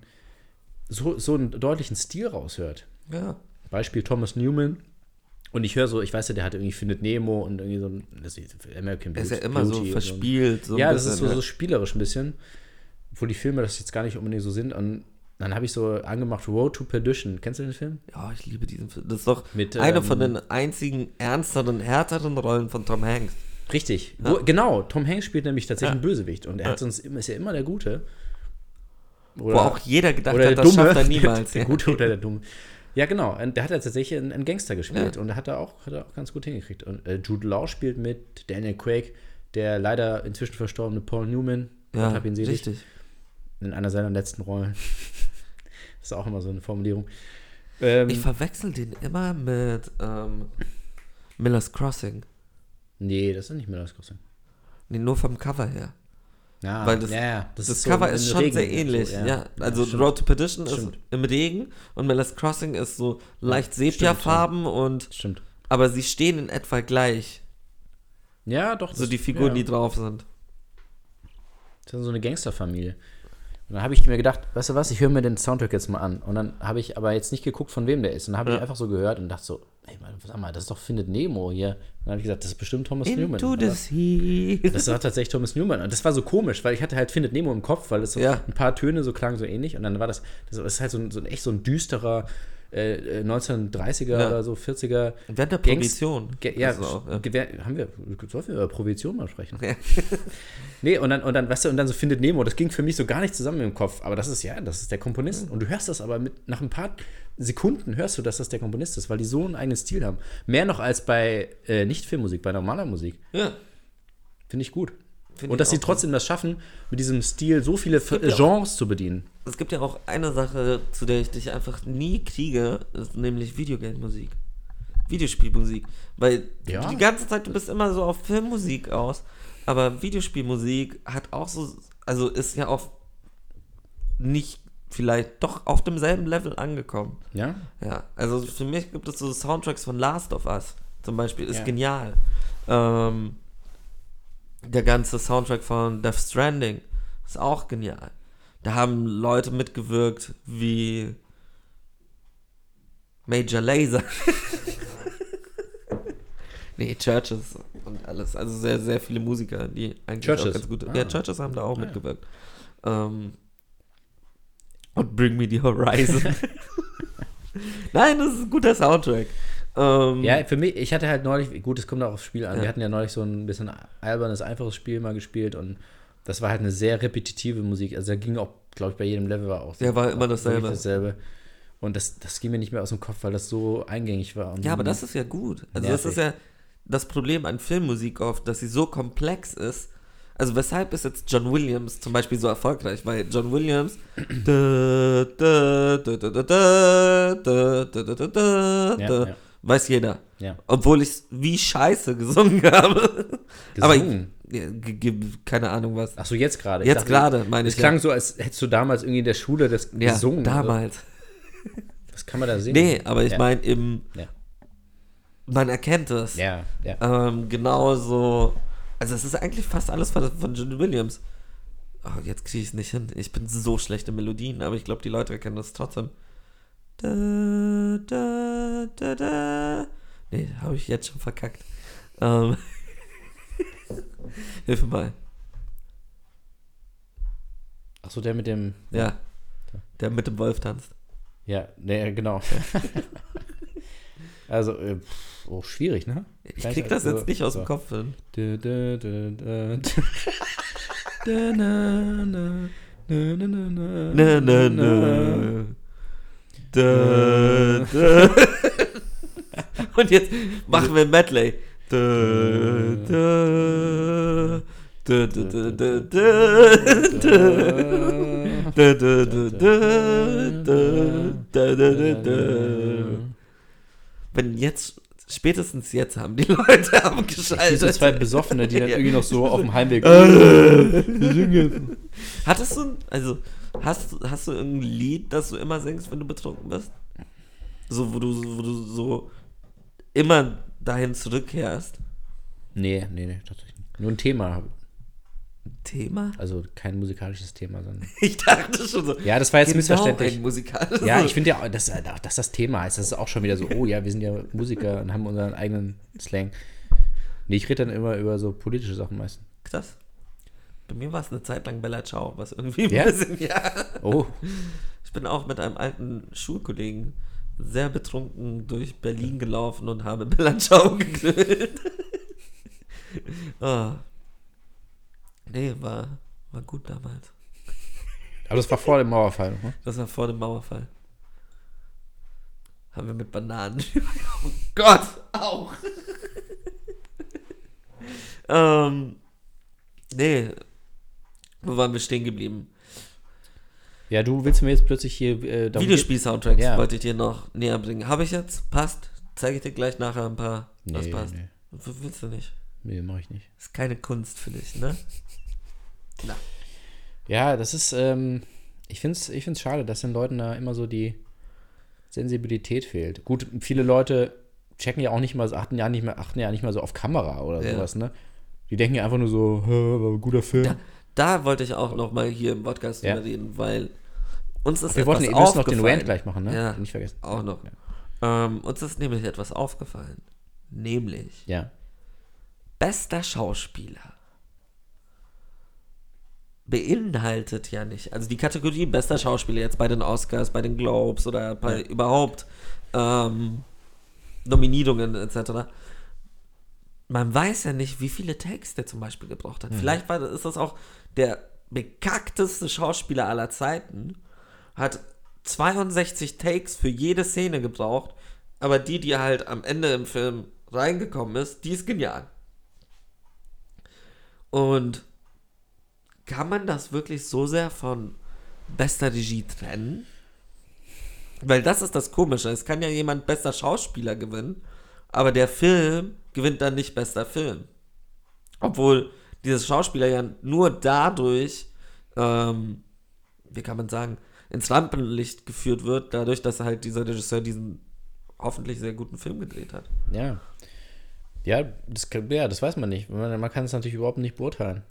so, so einen deutlichen Stil raushört. Ja. Beispiel Thomas Newman. Und ich höre so, ich weiß ja, der hat irgendwie Findet Nemo und irgendwie so ein das ist American Er ist Beauty. ja immer so Beauty und ein- verspielt. So ein ja, das ist bisschen, ne? so, so spielerisch ein bisschen, wo die Filme das jetzt gar nicht unbedingt so sind. Und dann habe ich so angemacht Road to Perdition. Kennst du den Film? Ja, ich liebe diesen Film. Das ist doch Mit, eine ähm, von den einzigen ernsteren, härteren Rollen von Tom Hanks. Richtig. Wo, genau, Tom Hanks spielt nämlich tatsächlich Ja. einen Bösewicht und er hat sonst, immer- ist ja immer der Gute. Oder, Wo auch jeder gedacht oder hat, der das Dumme. schafft er niemals. der Ja. Gute oder der Dumme. Ja, genau. Und der hat ja tatsächlich einen, einen Gangster gespielt Ja. und hat er auch, hat er auch ganz gut hingekriegt. Und äh, Jude Law spielt mit Daniel Craig, der leider inzwischen verstorbene Paul Newman. Ja, Gott hab ihn selig. richtig. in einer seiner letzten Rollen. das ist auch immer so eine Formulierung. Ähm, Ich verwechsel den immer mit ähm, Miller's Crossing. nee, das ist nicht mehr das Große. Nee, nur vom Cover her. Ja, Weil das- Ah, ja, ja, das, Das so Cover im ist schon Regen sehr und so, ähnlich. ja. Also stimmt. Road to Perdition ist Stimmt. im Regen und Miller's Crossing ist so leicht Sepia-Farben und Stimmt. aber sie stehen in etwa gleich. Ja, doch. So das- die Figuren, ja. die drauf sind. Das ist so eine Gangsterfamilie. Und dann habe ich mir gedacht, weißt du was, ich höre mir den Soundtrack jetzt mal an. Und dann habe ich aber jetzt nicht geguckt, von wem der ist. Und dann habe ich einfach so gehört und dachte so, ey, Mann, sag mal, das ist doch Findet Nemo hier. Und dann habe ich gesagt, das ist bestimmt Thomas Newman. Into Aber the sea. Das war tatsächlich Thomas Newman. Und das war so komisch, weil ich hatte halt Findet Nemo im Kopf, weil es so Ja. ein paar Töne so klangen so ähnlich. Und dann war das, das ist halt so ein, so ein echt so ein düsterer äh, äh, 1930er Ja. oder so 40er. Während der Gangs- Prohibition. Ge ja, Das ist auch, ja. Gewehr- haben wir, sollen wir über Provision mal sprechen? Ja. nee, und dann, und dann, weißt du, und dann so Findet Nemo, das ging für mich so gar nicht zusammen im Kopf. Aber das ist ja, das ist der Komponist. Mhm. Und du hörst das aber mit, nach ein paar Sekunden hörst du, dass das der Komponist ist, weil die so einen eigenen Stil haben. Mehr noch als bei äh, Nicht-Filmmusik, bei normaler Musik. Ja. Finde ich gut. Find und ich dass sie auch trotzdem das schaffen, mit diesem Stil so viele F- gibt ja auch- Genres zu bedienen. Es gibt ja auch eine Sache, zu der ich dich einfach nie kriege, ist nämlich Videogame-Musik. Videospielmusik. Weil Ja. die ganze Zeit, du bist immer so auf Filmmusik aus, aber Videospielmusik hat auch so, also ist ja auf nicht vielleicht doch auf demselben Level angekommen. Ja? Ja, also für mich gibt es so Soundtracks von Last of Us zum Beispiel, ist Ja. genial. Ähm, der ganze Soundtrack von Death Stranding ist auch genial. Da haben Leute mitgewirkt wie Major Laser. nee, Churches und alles. Also sehr, sehr viele Musiker, die eigentlich auch Churches? ganz gut. Ah. Ja, Churches haben da auch Ah, ja. mitgewirkt. Ähm, und Bring Me the Horizon. Nein, das ist ein guter Soundtrack. Ähm, Ja, für mich, ich hatte halt neulich, gut, es kommt auch aufs Spiel an. Wir Ja. hatten ja neulich so ein bisschen albernes, einfaches Spiel mal gespielt und das war halt eine sehr repetitive Musik. Also da ging auch, glaube ich, bei jedem Level war auch. Ja, war immer dasselbe. wirklich dasselbe. Und das, das ging mir nicht mehr aus dem Kopf, weil das so eingängig war. Und Ja, aber das ist ja gut. Also das ist Nervig. ja das Problem an Filmmusik oft, dass sie so komplex ist. Also weshalb ist jetzt John Williams zum Beispiel so erfolgreich? Weil John Williams da, da, da, da, da, da, da, da, da, da, da, Ja, da, ja. weiß jeder. Ja. Obwohl ich wie scheiße gesungen habe. Gesungen? Aber ja, ge- ge- keine Ahnung was. Ach so, jetzt gerade. Ich Jetzt dachte, gerade, meine Es ich ja. klang so, als hättest du damals irgendwie in der Schule das Ja, gesungen. damals. Also, was kann man da sehen? Nee, aber ich ja. meine, eben, Ja, man erkennt es. ja. ja. Ähm, genauso. Also, es ist eigentlich fast alles von, von John Williams. Oh, jetzt kriege ich es nicht hin. Ich bin so schlecht in Melodien, aber ich glaube, die Leute erkennen das trotzdem. Da, da, da, da. Nee, habe ich jetzt schon verkackt. Ähm. Hilfe mal. Ach so, der mit dem Ja. Der mit dem Wolf tanzt. Ja, ne, genau. also, äh, pff, oh, schwierig, ne? Ich krieg das jetzt nicht aus dem Kopf hin. Dö, dö, dö, dö, dö. Dö, na, na, na, na, na, na, Nö, nö, na. nö. Dö, dö. Und jetzt machen wir ein Medley. Dö, dö. Dö, dö, dö, dö, dö. Dö, dö, dö, dö, dö. Dö, dö, dö, dö. wenn jetzt, spätestens jetzt haben die Leute Diese abgeschaltet. zwei Besoffene, die dann Also, Ja. Äh. irgendwie noch so auf dem Heimweg. Hattest du, ein- also, hast, hast du irgendein Lied, das du immer singst, wenn du betrunken bist? So, wo du, wo du so immer dahin zurückkehrst. Nee, nee, nee, tatsächlich nicht. Nur ein Thema, Thema? also kein musikalisches Thema, sondern. Ich dachte schon so. Ja, das war jetzt genau missverständlich. Ein Musikal. Ja, ich finde ja, auch, dass, äh, dass das Thema heißt. Das ist auch schon wieder so, oh ja, wir sind ja Musiker und haben unseren eigenen Slang. Nee, ich rede dann immer über so politische Sachen meistens. Krass. Bei mir war es eine Zeit lang Bella Ciao, was irgendwie ein Ja? bisschen, ja. Oh, Ich bin auch mit einem alten Schulkollegen sehr betrunken durch Berlin gelaufen und habe Bella Ciao gegrillt. Ah. Nee, war, war gut damals. aber das war vor dem Mauerfall. Ne? Das war vor dem Mauerfall. Haben wir mit Bananen. oh Gott, auch. ähm, nee. Wo waren wir stehen geblieben? Ja, du willst mir jetzt plötzlich hier. Äh, darum Videospiel-Soundtracks Ja. wollte ich dir noch näher bringen. Habe ich jetzt? Passt? Zeige ich dir gleich nachher ein paar. Nee, was passt? nee. W- Willst du nicht? geht- Nee, mach ich nicht. Ist keine Kunst für dich, ne? Ja, das ist, ähm, ich finde es ich find's schade, dass den Leuten da immer so die Sensibilität fehlt. Gut, viele Leute checken ja auch nicht mal, achten ja nicht mehr, achten ja nicht mal so auf Kamera oder Ja. sowas, ne? Die denken ja einfach nur so, "Hä, war ein guter Film. Da, da wollte ich auch nochmal hier im Podcast Ja. drüber reden, weil uns ist Wir wollten, etwas ihr müsst noch den aufgefallen. Rant gleich machen, ne? Ja. Nicht vergessen. Auch noch. Ähm, uns ist nämlich etwas aufgefallen. Nämlich, Ja. bester Schauspieler beinhaltet ja nicht, also die Kategorie bester Schauspieler jetzt bei den Oscars, bei den Globes oder bei überhaupt ähm, Nominierungen etc. Man weiß ja nicht, wie viele Takes der zum Beispiel gebraucht hat. Vielleicht war, ist das auch der bekackteste Schauspieler aller Zeiten hat 62 Takes für jede Szene gebraucht, aber die, die halt am Ende im Film reingekommen ist, die ist genial. Und kann man das wirklich so sehr von bester Regie trennen? Weil das ist das Komische. Es kann ja jemand bester Schauspieler gewinnen, aber der Film gewinnt dann nicht bester Film. Obwohl dieses Schauspieler ja nur dadurch ähm, wie kann man sagen, ins Rampenlicht geführt wird, dadurch, dass halt dieser Regisseur diesen hoffentlich sehr guten Film gedreht hat. Ja. Ja, das, kann- ja, das weiß man nicht. Man, man kann es natürlich überhaupt nicht beurteilen.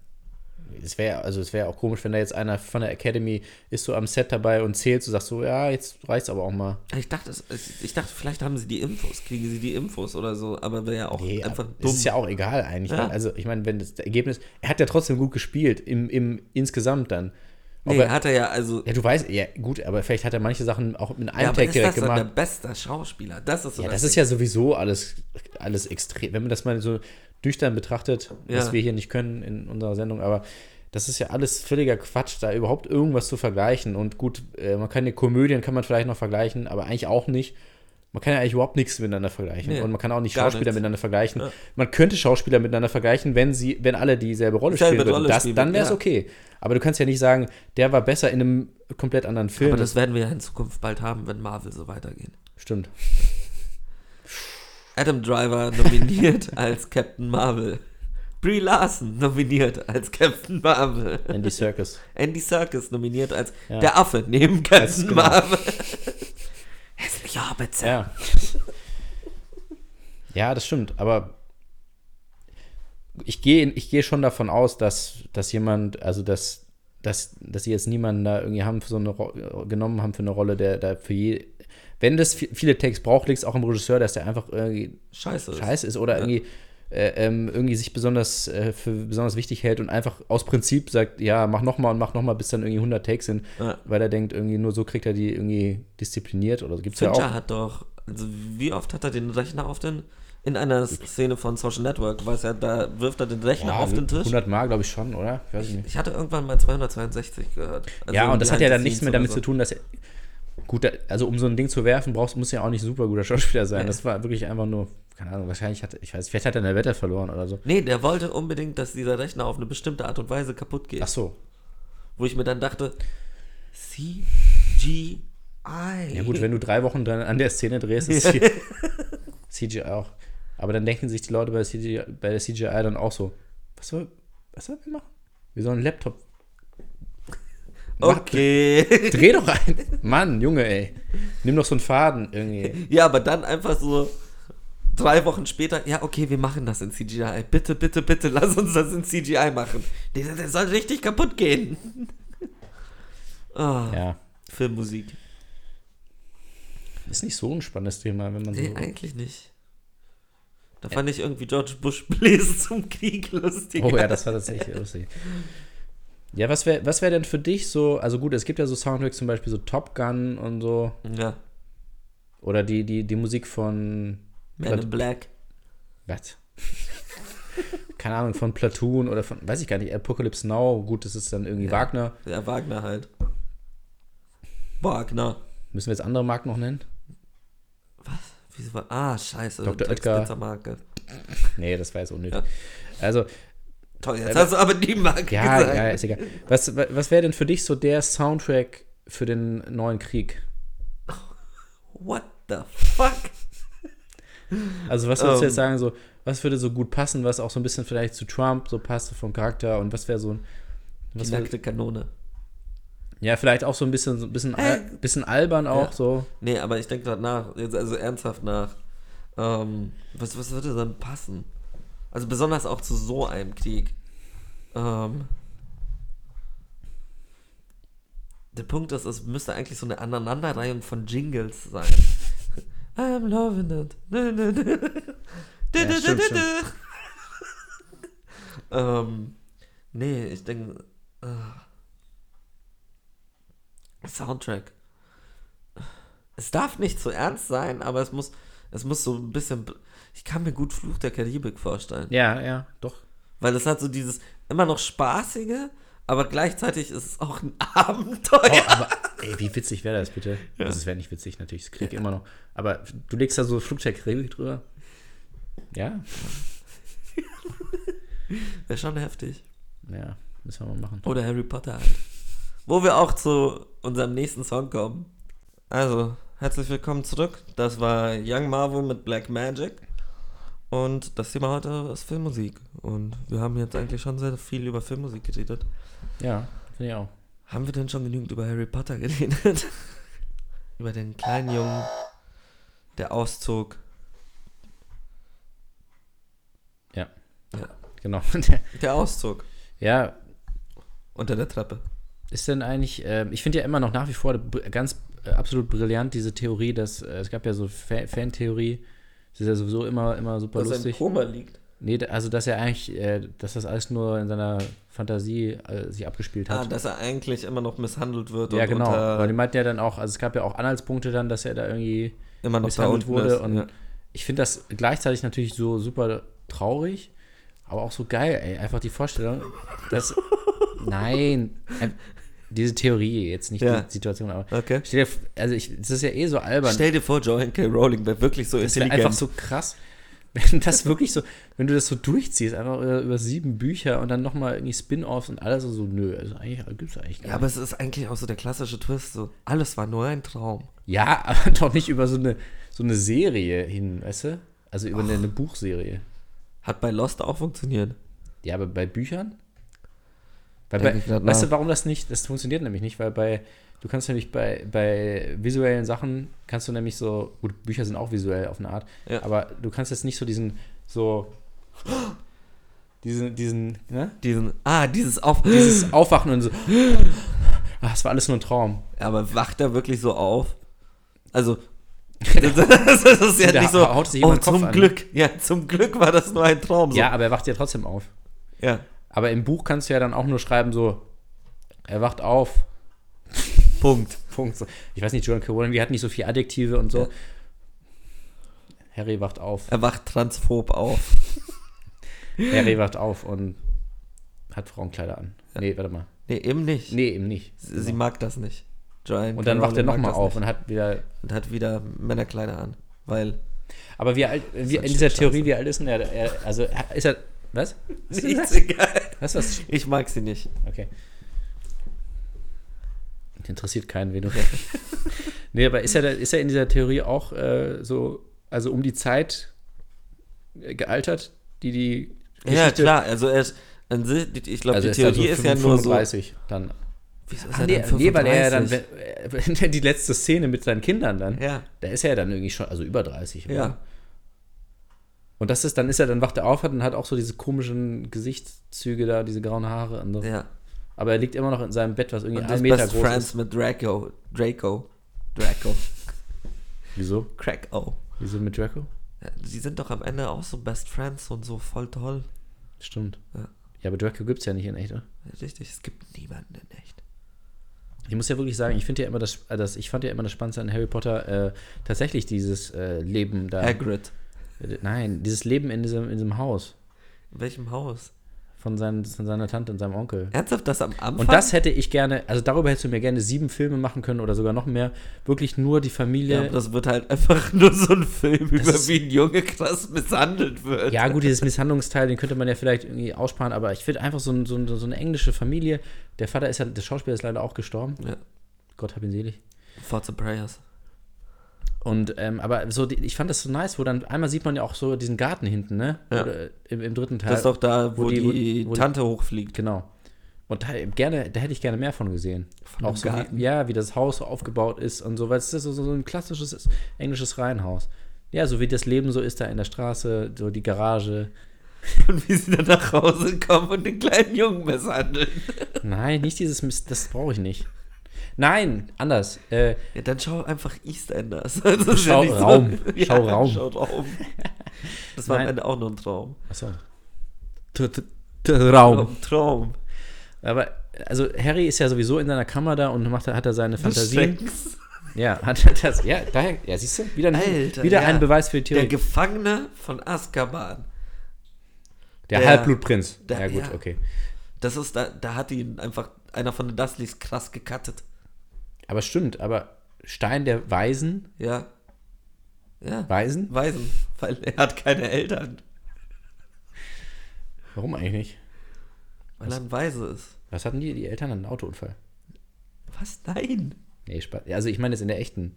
Es wäre also es wäre auch komisch, wenn da jetzt einer von der Academy ist so am Set dabei und zählt, so sagst so, ja, jetzt reicht's aber auch mal. Ich dachte, es- es- ich dachte, vielleicht haben sie die Infos, kriegen sie die Infos oder so, aber wäre ja auch Nee, einfach aber dumm. Äh, Ist ja auch egal eigentlich. Ja. Also, ich meine, wenn das Ergebnis. Er hat ja trotzdem gut gespielt, im, im, insgesamt dann. nee, aber- hat er ja, also, Ja, du weißt, ja, gut, aber vielleicht hat er manche Sachen auch mit einem ja, aber Tag ist das direkt dann der gemacht. beste Schauspieler? Das ist so Ja, das ist ja sowieso alles, alles extrem. Wenn man das mal so nüchtern betrachtet, was Ja. wir hier nicht können in unserer Sendung, aber das ist ja alles völliger Quatsch, da überhaupt irgendwas zu vergleichen. Und gut, äh, man kann die Komödien kann man vielleicht noch vergleichen, aber eigentlich auch nicht. Man kann ja eigentlich überhaupt nichts miteinander vergleichen. Nee, und man kann auch nicht gar Schauspieler nichts. miteinander vergleichen. Man könnte Schauspieler miteinander vergleichen, wenn sie, wenn alle dieselbe Rolle Dieselbe spielen würden. Rolle Das, spielen, dann wäre es ja. okay. Aber du kannst ja nicht sagen, der war besser in einem komplett anderen Film. Aber das werden wir ja in Zukunft bald haben, wenn Marvel so weitergeht. stimmt. Adam Driver nominiert als Captain Marvel. Brie Larson nominiert als Captain Marvel. Andy Circus. Andy Serkis nominiert als Ja. der Affe neben Captain genau. Marvel. Hässliche Hobbits. Ja. ja, das stimmt, aber ich gehe ich gehe schon davon aus, dass, dass jemand, also dass, dass, dass sie jetzt niemanden da irgendwie haben für so eine Ro genommen haben für eine Rolle, der da für je wenn das vi- viele Takes braucht, liegt es auch im Regisseur, dass der einfach irgendwie Scheiße. scheiße ist oder irgendwie, äh, ähm, irgendwie sich besonders äh, für besonders wichtig hält und einfach aus Prinzip sagt, ja, mach nochmal und mach nochmal, bis dann irgendwie 100 Takes sind, Ja. weil er denkt, irgendwie nur so kriegt er die irgendwie diszipliniert oder so. Gibt's ja Fincher auch. hat doch, also wie oft hat er den Rechner auf den, in einer Szene von Social Network, weiß er, da wirft er den Rechner auf den Tisch. 100 Mal, glaube ich schon, oder? Ich weiß nicht. Ich hatte irgendwann mal 262 gehört. Also ja, und das hat ja dann nichts mehr damit zu zu tun. tun, dass er. Gut, da- also um so ein Ding zu werfen, brauchst, muss ja auch nicht super guter Schauspieler sein. Das war wirklich einfach nur, keine Ahnung, wahrscheinlich hat, ich weiß, vielleicht hat er in der Wette verloren oder so. Nee, der wollte unbedingt, dass dieser Rechner auf eine bestimmte Art und Weise kaputt geht. Ach so. Wo ich mir dann dachte, CGI. Ja gut, wenn du drei Wochen dann an der Szene drehst, ist viel. CGI auch. Aber dann denken sich die Leute bei der CGI, bei der CGI dann auch so, was soll, was sollen wir machen? Wir sollen einen Laptop. Okay. Dreh doch ein. Mann, Junge, ey. Nimm doch so einen Faden irgendwie. Ja, aber dann einfach so drei Wochen später, ja, okay, wir machen das in CGI. Bitte, bitte, bitte, lass uns das in CGI machen. Der, der soll richtig kaputt gehen. Ah, Ja. Filmmusik. Ist nicht so ein spannendes Thema, wenn man so. Nee, eigentlich nicht. Da fand ich irgendwie George Bush Bläse zum Krieg lustig. Oh ja, das war tatsächlich lustig. Ja, was wäre was wär denn für dich so, also gut, es gibt ja so Soundtracks zum Beispiel so Top Gun und so, Ja, oder die, die, die Musik von, Man in Black. was? Keine Ahnung, von Platoon oder von, weiß ich gar nicht, Apocalypse Now, gut, das ist dann irgendwie Wagner. Ja, Wagner halt. Wagner. Müssen wir jetzt andere Marken noch nennen? Wieso war, ah, scheiße. Dr. Tex Oetker. Pizza Marke. Nee, das war jetzt unnötig. Ja. Also, Toll, jetzt hast du aber die Marke ja, gesagt. ja, ist egal. Was, wa- was wäre denn für dich so der Soundtrack für den neuen Krieg? What the fuck? Also was würdest du Ähm. jetzt sagen, so, was würde so gut passen, was auch so ein bisschen vielleicht zu Trump so passte vom Charakter und was wäre so ein. Was Die wär, nackte Kanone. ja, vielleicht auch so ein bisschen, so ein bisschen, al bisschen albern auch Äh. Ja. so. Nee, aber ich denke gerade nach, jetzt also ernsthaft nach. Ähm, was, was würde dann passen? Also besonders auch zu so einem Krieg. Ähm, der Punkt ist, es müsste eigentlich so eine Aneinanderreihung von Jingles sein. I'm loving it. Dü, dü, dü. Dü, Ja, dü, dü, stimmt, dü, dü. Ähm, nee, ich denke. Äh, Soundtrack es darf nicht zu ernst sein, aber es muss, es muss so ein bisschen. Ich kann mir gut Fluch der Karibik vorstellen. Ja, ja, doch. Weil es hat so dieses immer noch spaßige, aber gleichzeitig ist es auch ein Abenteuer. Oh, aber, ey, wie witzig wäre das bitte? Also es wäre nicht witzig natürlich, das Krieg immer noch. Aber du legst da so Flugzeugregel drüber. Ja, Wäre schon heftig. ja, müssen wir mal machen. Oder Harry Potter halt. Wo wir auch zu unserem nächsten Song kommen. Also, herzlich willkommen zurück. Das war Young Marvel mit Black Magic. Und das Thema heute ist Filmmusik. Und wir haben jetzt eigentlich schon sehr viel über Filmmusik geredet. Ja, finde ich auch. Haben wir denn schon genügend über Harry Potter geredet? über den kleinen Jungen, der auszog. Ja, Ja. genau. Der auszog ja, unter der Treppe. Ist denn eigentlich, ähm, ich finde ja immer noch nach wie vor br- ganz äh, absolut brillant diese Theorie, dass äh, es gab ja so Fa- Fan-Theorie, das ist ja sowieso immer, immer super lustig. Koma liegt. Nee, da- also dass er eigentlich, äh, dass das alles nur in seiner Fantasie äh, sich abgespielt Ah, hat. dass er eigentlich immer noch misshandelt wird ja, genau. Weil die unter, meinten ja dann auch, also es gab ja auch Anhaltspunkte dann, dass er da irgendwie immer noch da misshandelt unten wurde. ist. Und ja. ich finde das gleichzeitig natürlich so super traurig, aber auch so geil, ey. Einfach die Vorstellung, dass. nein, ein- diese Theorie jetzt, nicht Ja. die Situation, aber. Okay. Stell dir, f- also ich, das ist ja eh so albern. Stell dir vor, Joan K. Rowling wäre wirklich so das wäre intelligent. einfach so krass, wenn das wirklich so, wenn du das so durchziehst, einfach über, über sieben Bücher und dann nochmal irgendwie Spin-Offs und alles und so, nö, also eigentlich gibt's eigentlich gar ja, aber es ist eigentlich auch so der klassische Twist, so alles war nur ein Traum. Ja, aber doch nicht über so eine, so eine Serie hin, weißt du? Also über eine, eine Buchserie. Hat bei Lost auch funktioniert. Ja, aber bei Büchern? Weil Denk bei, ich grad weißt nach. du, warum das nicht? Das funktioniert nämlich nicht, weil bei, du kannst nämlich bei, bei visuellen Sachen, kannst du nämlich so, gut, Bücher sind auch visuell auf eine Art, Ja. aber du kannst jetzt nicht so diesen, so, diesen, diesen, ne? Diesen, ah, dieses Auf. Dieses Aufwachen und so, ah, es war alles nur ein Traum. Aber wacht er wirklich so auf? Also, das, das ist ja Da nicht so. haut sich oh, jemand den Kopf zum an. Glück. Ja, zum Glück war das nur ein Traum. So. Ja, aber er wacht ja trotzdem auf. ja. Aber im Buch kannst du ja dann auch nur schreiben, so, er wacht auf, Punkt. Punkt. So. Ich weiß nicht, Joan K. Rowling, die hat nicht so viele Adjektive und so. Harry wacht auf. Er wacht transphob auf. Harry wacht auf und hat Frauenkleider an. Nee, warte mal. Nee, eben nicht. Nee, eben nicht. Sie sie mag das nicht. Joanne Und dann wacht er Rowling Genau, mag nochmal das auf nicht und hat wieder. Und hat wieder Männerkleider an. Weil. Aber wie alt, wie, in ein dieser Stück Theorie, wie alt ist denn er? er also ist er. Was? Was ist Nichts das? egal. Was ist Ich mag sie nicht. das? Okay. Interessiert keinen, wen du. nee, aber ist er, da- ist er in dieser Theorie auch äh, so also um die Zeit äh, gealtert, die die Ja, klar, also er ist an sich, ich glaube, Also die er dann Theorie so ist ja nur so. 35 dann. Wieso ist Ah, nee, dann nee, weil er ja 35? dann, wenn, wenn die letzte Szene mit seinen Kindern dann, Ja. da ist er ja dann irgendwie schon, also über 30. oder? Ja. Und das ist, dann ist er, dann wacht er auf und hat auch so diese komischen Gesichtszüge da, diese grauen Haare. Und so. Ja. Aber er liegt immer noch in seinem Bett, was irgendwie Und ein das Meter Best groß Friends ist. mit Draco. Draco. Draco. Wieso? Cracko. Wieso mit Draco? Ja, die sind doch am Ende auch so Best Friends und so voll toll. Stimmt. Ja. Ja, aber Draco gibt's ja nicht in echt, oder? Ja, Richtig, es gibt niemanden in echt. Ich muss ja wirklich sagen, ich finde ja immer das, äh, das, ich fand ja immer das Spannendste an Harry Potter äh, tatsächlich dieses äh, Leben da. Hagrid. Äh, Nein, dieses Leben in diesem, in diesem Haus In welchem Haus? von, seinen, von seiner Tante und seinem Onkel. Ernsthaft, das am Anfang? Und das hätte ich gerne, also darüber hättest du mir gerne sieben Filme machen können oder sogar noch mehr. Wirklich nur die ja, aber Familie. das wird halt einfach nur so ein Film über, ist- wie ein Junge krass misshandelt wird. Ja, gut, dieses Misshandlungsteil, den könnte man ja vielleicht irgendwie aussparen, aber ich finde einfach so, ein, so, ein, so eine englische Familie. Der Vater ist ja, der Schauspieler ist leider auch gestorben. Ja. Gott hab ihn selig. Thoughts and Prayers. Und ähm, aber so, die, ich fand das so nice, wo dann einmal sieht man ja auch so diesen Garten hinten, ne? Ja. Oder im, im dritten Teil. Das ist doch da, wo, wo die, die- wo die- Tante hochfliegt. Genau. Und da, gerne, da hätte ich gerne mehr von gesehen. Von auch dem so Garten. Wie, ja, wie das Haus so aufgebaut ist und so, weil es ist so, so so ein klassisches englisches Reihenhaus. Ja, so wie das Leben so ist da in der Straße, so die Garage. Und wie sie dann nach Hause kommen und den kleinen Jungen misshandeln. Nein, nicht dieses Mist, das brauche ich nicht. Nein, anders. Äh, Ja, dann schau einfach EastEnders. Das ist Schau Raum. Ja, Schau Raum. Schau Raum. Das war am Nein. Ende auch nur ein Traum. achso. Raum. Traum. Traum. Aber, also Harry ist ja sowieso in seiner Kammer da und macht, da- hat da seine Fantasien. Schrecks. Ja, hat er das. Ja, daher, ja, siehst du, wieder ein, Alter, wieder ja. ein Beweis für die Der Theorie. Der, Gefangene von Azkaban. der- Halbblutprinz. der- ja, gut, ja. okay. Das ist, da, da hat ihn einfach einer von den Dursleys krass gecuttet. Aber stimmt, aber Stein der Weisen, Ja. Ja. Weisen? Waisen. Weil er hat keine Eltern. Warum eigentlich nicht? Weil er ein Weise ist. Was hatten die? Die Eltern hatten einen Autounfall. Was? Nein. Nee, Spaß. Also ich meine jetzt in der echten.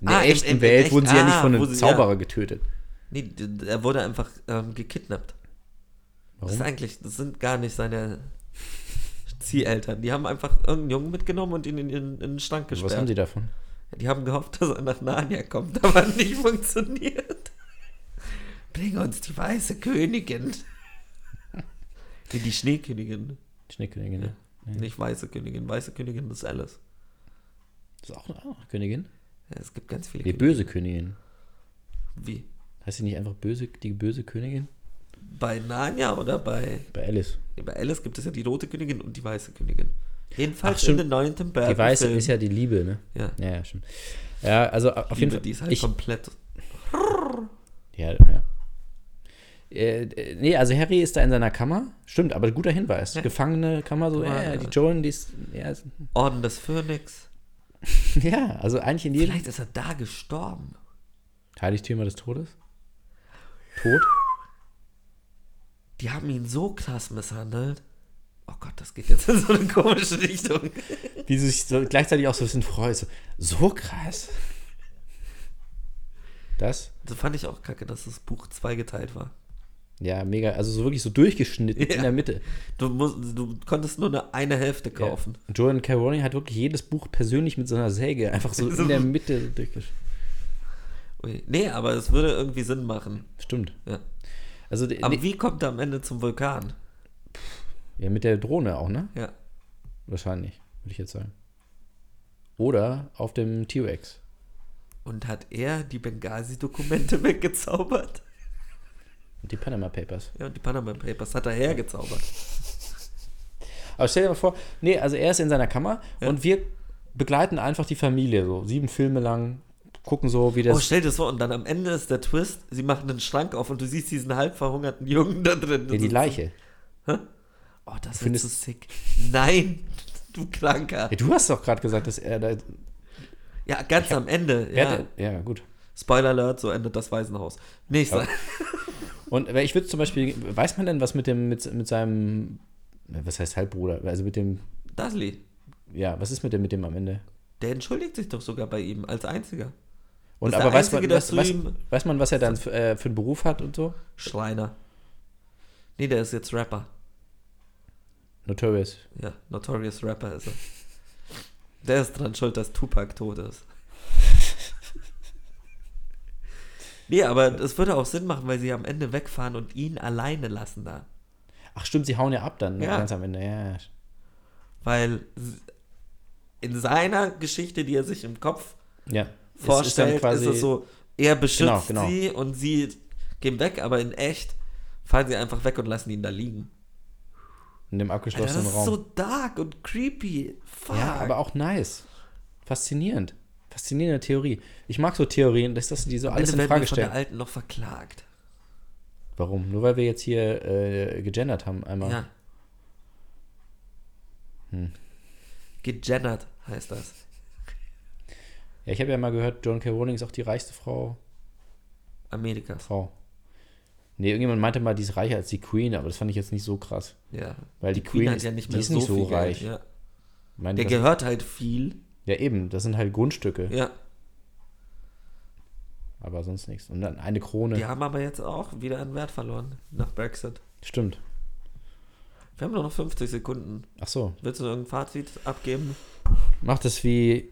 In der Ah, im- echten im- im Welt echt- wurden sie ja nicht ah, von wo einem sie- Zauberer getötet. Nee, d- er wurde einfach ähm, gekidnappt. Das ist Warum? eigentlich, das sind gar nicht seine Zieheltern. Die haben einfach irgendeinen Jungen mitgenommen und ihn in, in, in den Schrank gesperrt. Was haben sie davon? Die haben gehofft, dass er nach Narnia kommt, aber hat nicht funktioniert. Bring uns die weiße Königin. Nee, die Schneekönigin. Schneekönigin, ne? Nicht weiße Königin. Weiße Königin ist Alice. Das ist auch eine ah, Königin? Ja, es gibt ganz viele Die böse Königin. Wie? Heißt sie nicht einfach böse, die böse Königin? Bei Narnia oder bei. Bei Alice. Nee, bei Alice gibt es ja die rote Königin und die weiße Königin. Ach, Jedenfalls in stimmt. den neuen Tim Die weiße Burton-Filmen. ist ja die Liebe, ne? Ja. Ja, ja stimmt. Ja, also auf Liebe, jeden Fall. Die ist halt ich, komplett. Ja, ja. Äh, äh, nee, also Harry ist da in seiner Kammer. Stimmt, aber guter Hinweis. Gefangene Kammer, so, Kammer, ja, ja. die Joan, die ist. Ja, ist- Orden des Phönix. ja, also eigentlich in jedem. Vielleicht ist er da gestorben. Heiligtümer des Todes. Tod? Die haben ihn so krass misshandelt. Oh Gott, das geht jetzt in so eine komische Richtung. Wie sie sich so gleichzeitig auch so ein bisschen freut. So, so krass. Das? Das fand ich auch kacke, dass das Buch zweigeteilt war. Ja, mega. Also so wirklich so durchgeschnitten Ja. in der Mitte. Du, musst, du konntest nur eine, eine Hälfte kaufen. Ja. Joan K. Rowling hat wirklich jedes Buch persönlich mit so einer Säge einfach so in der Mitte so durchgeschnitten. Ui. Nee, aber es würde irgendwie Sinn machen. Stimmt. Ja. Also die- Aber wie kommt er am Ende zum Vulkan? ja, mit der Drohne auch, ne? Ja. Wahrscheinlich, würde ich jetzt sagen. Oder auf dem T-Rex. Und hat er die Benghazi-Dokumente weggezaubert? Die Panama Papers. Ja, und die Panama Papers hat er hergezaubert. Aber stell dir mal vor, nee, also er ist in seiner Kammer und wir begleiten einfach die Familie so. Sieben Filme lang, gucken so, wie Oh, das. stell dir das vor, und dann am Ende ist der Twist, sie machen den Schrank auf und du siehst diesen halb verhungerten Jungen da drin. ja, die Leiche. Oh, das wird Findest- so sick. Nein, du Kranker. Ja, du hast doch gerade gesagt, dass er da. Ja, ganz am Ende. Ja, Ja. der, ja gut. Spoiler Alert, so endet das Waisenhaus. Nächster. Und äh, ich würde zum Beispiel, weiß man denn was mit dem, mit, mit seinem, äh, was heißt Halbbruder? Also mit dem, Dudley, ja, was ist mit dem, mit dem am Ende? der entschuldigt sich doch sogar bei ihm als einziger. Und Das ist aber der weiß man, Einzige, der weiß, zu weiß, ihm- weiß man, was er dann für, äh, für einen Beruf hat und so? Schreiner. Nee, der ist jetzt Rapper. Notorious. Ja, Notorious Rapper ist er. Der ist dran schuld, dass Tupac tot ist. Nee, aber es würde auch Sinn machen, weil sie am Ende wegfahren und ihn alleine lassen da. Ach stimmt, sie hauen ja ab dann, ne? Ja. ganz am Ende. Ja. Weil s- in seiner Geschichte, die er sich im Kopf ja. Es ist dann vorstellt, ist, quasi- es so, er beschützt Genau, genau. sie und sie gehen weg, aber in echt fahren sie einfach weg und lassen ihn da liegen. In dem Alter, das abgeschlossenen ist Raum. so dark und creepy. Fuck. ja, aber auch nice. Faszinierend. Faszinierende Theorie. Ich mag so Theorien, dass das die so alles Alle in werden Frage wir von der stellen. Alten noch verklagt. Warum? Nur weil wir jetzt hier äh, gegendert haben einmal. Ja. Hm. Gegendert heißt das. Ja, ich habe ja mal gehört, John K. Rowling ist auch die reichste Frau. Amerikas. Frau. Nee, irgendjemand meinte mal, die ist reicher als die Queen, aber das fand ich jetzt nicht so krass. Ja. Weil die Queen ist- die ist nicht so reich. Geld. Ja. Ich meine, Der das- gehört halt viel. ja, eben, das sind halt Grundstücke, Ja. aber sonst nichts. Und dann eine Krone. Die haben aber jetzt auch wieder an Wert verloren nach Brexit. Stimmt. Wir haben nur noch 50 Sekunden. Ach so. Willst du irgendein Fazit abgeben? Macht es wie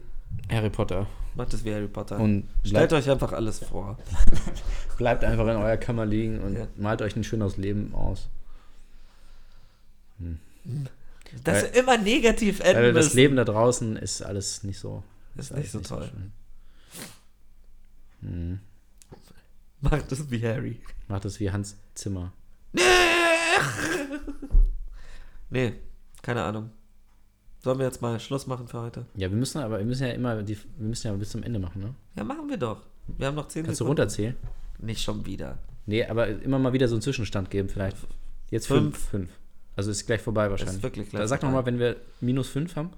Harry Potter. Macht es wie Harry Potter. Und Stellt bleibt, euch einfach alles vor. bleibt einfach in eurer Kammer liegen und Ja. malt euch ein schönes Leben aus. Dass wir immer negativ Weil enden das müssen. Leben da draußen ist alles nicht so. Ist alles nicht so toll. schön. Hm. Macht es wie Harry. Macht es wie Hans Zimmer. Nee, keine Ahnung. Sollen wir jetzt mal Schluss machen für heute? Ja, wir müssen aber, wir müssen ja immer, die, wir müssen ja bis zum Ende machen, ne? Ja, machen wir doch. Wir haben noch 10 Kannst du Sekunden. runterzählen? Nicht schon wieder. Nee, aber immer mal wieder so einen Zwischenstand geben, vielleicht. Jetzt Fünf. fünf. fünf. Also ist gleich vorbei wahrscheinlich. wirklich gleich Da sag vorbei. nochmal, wenn wir minus fünf haben.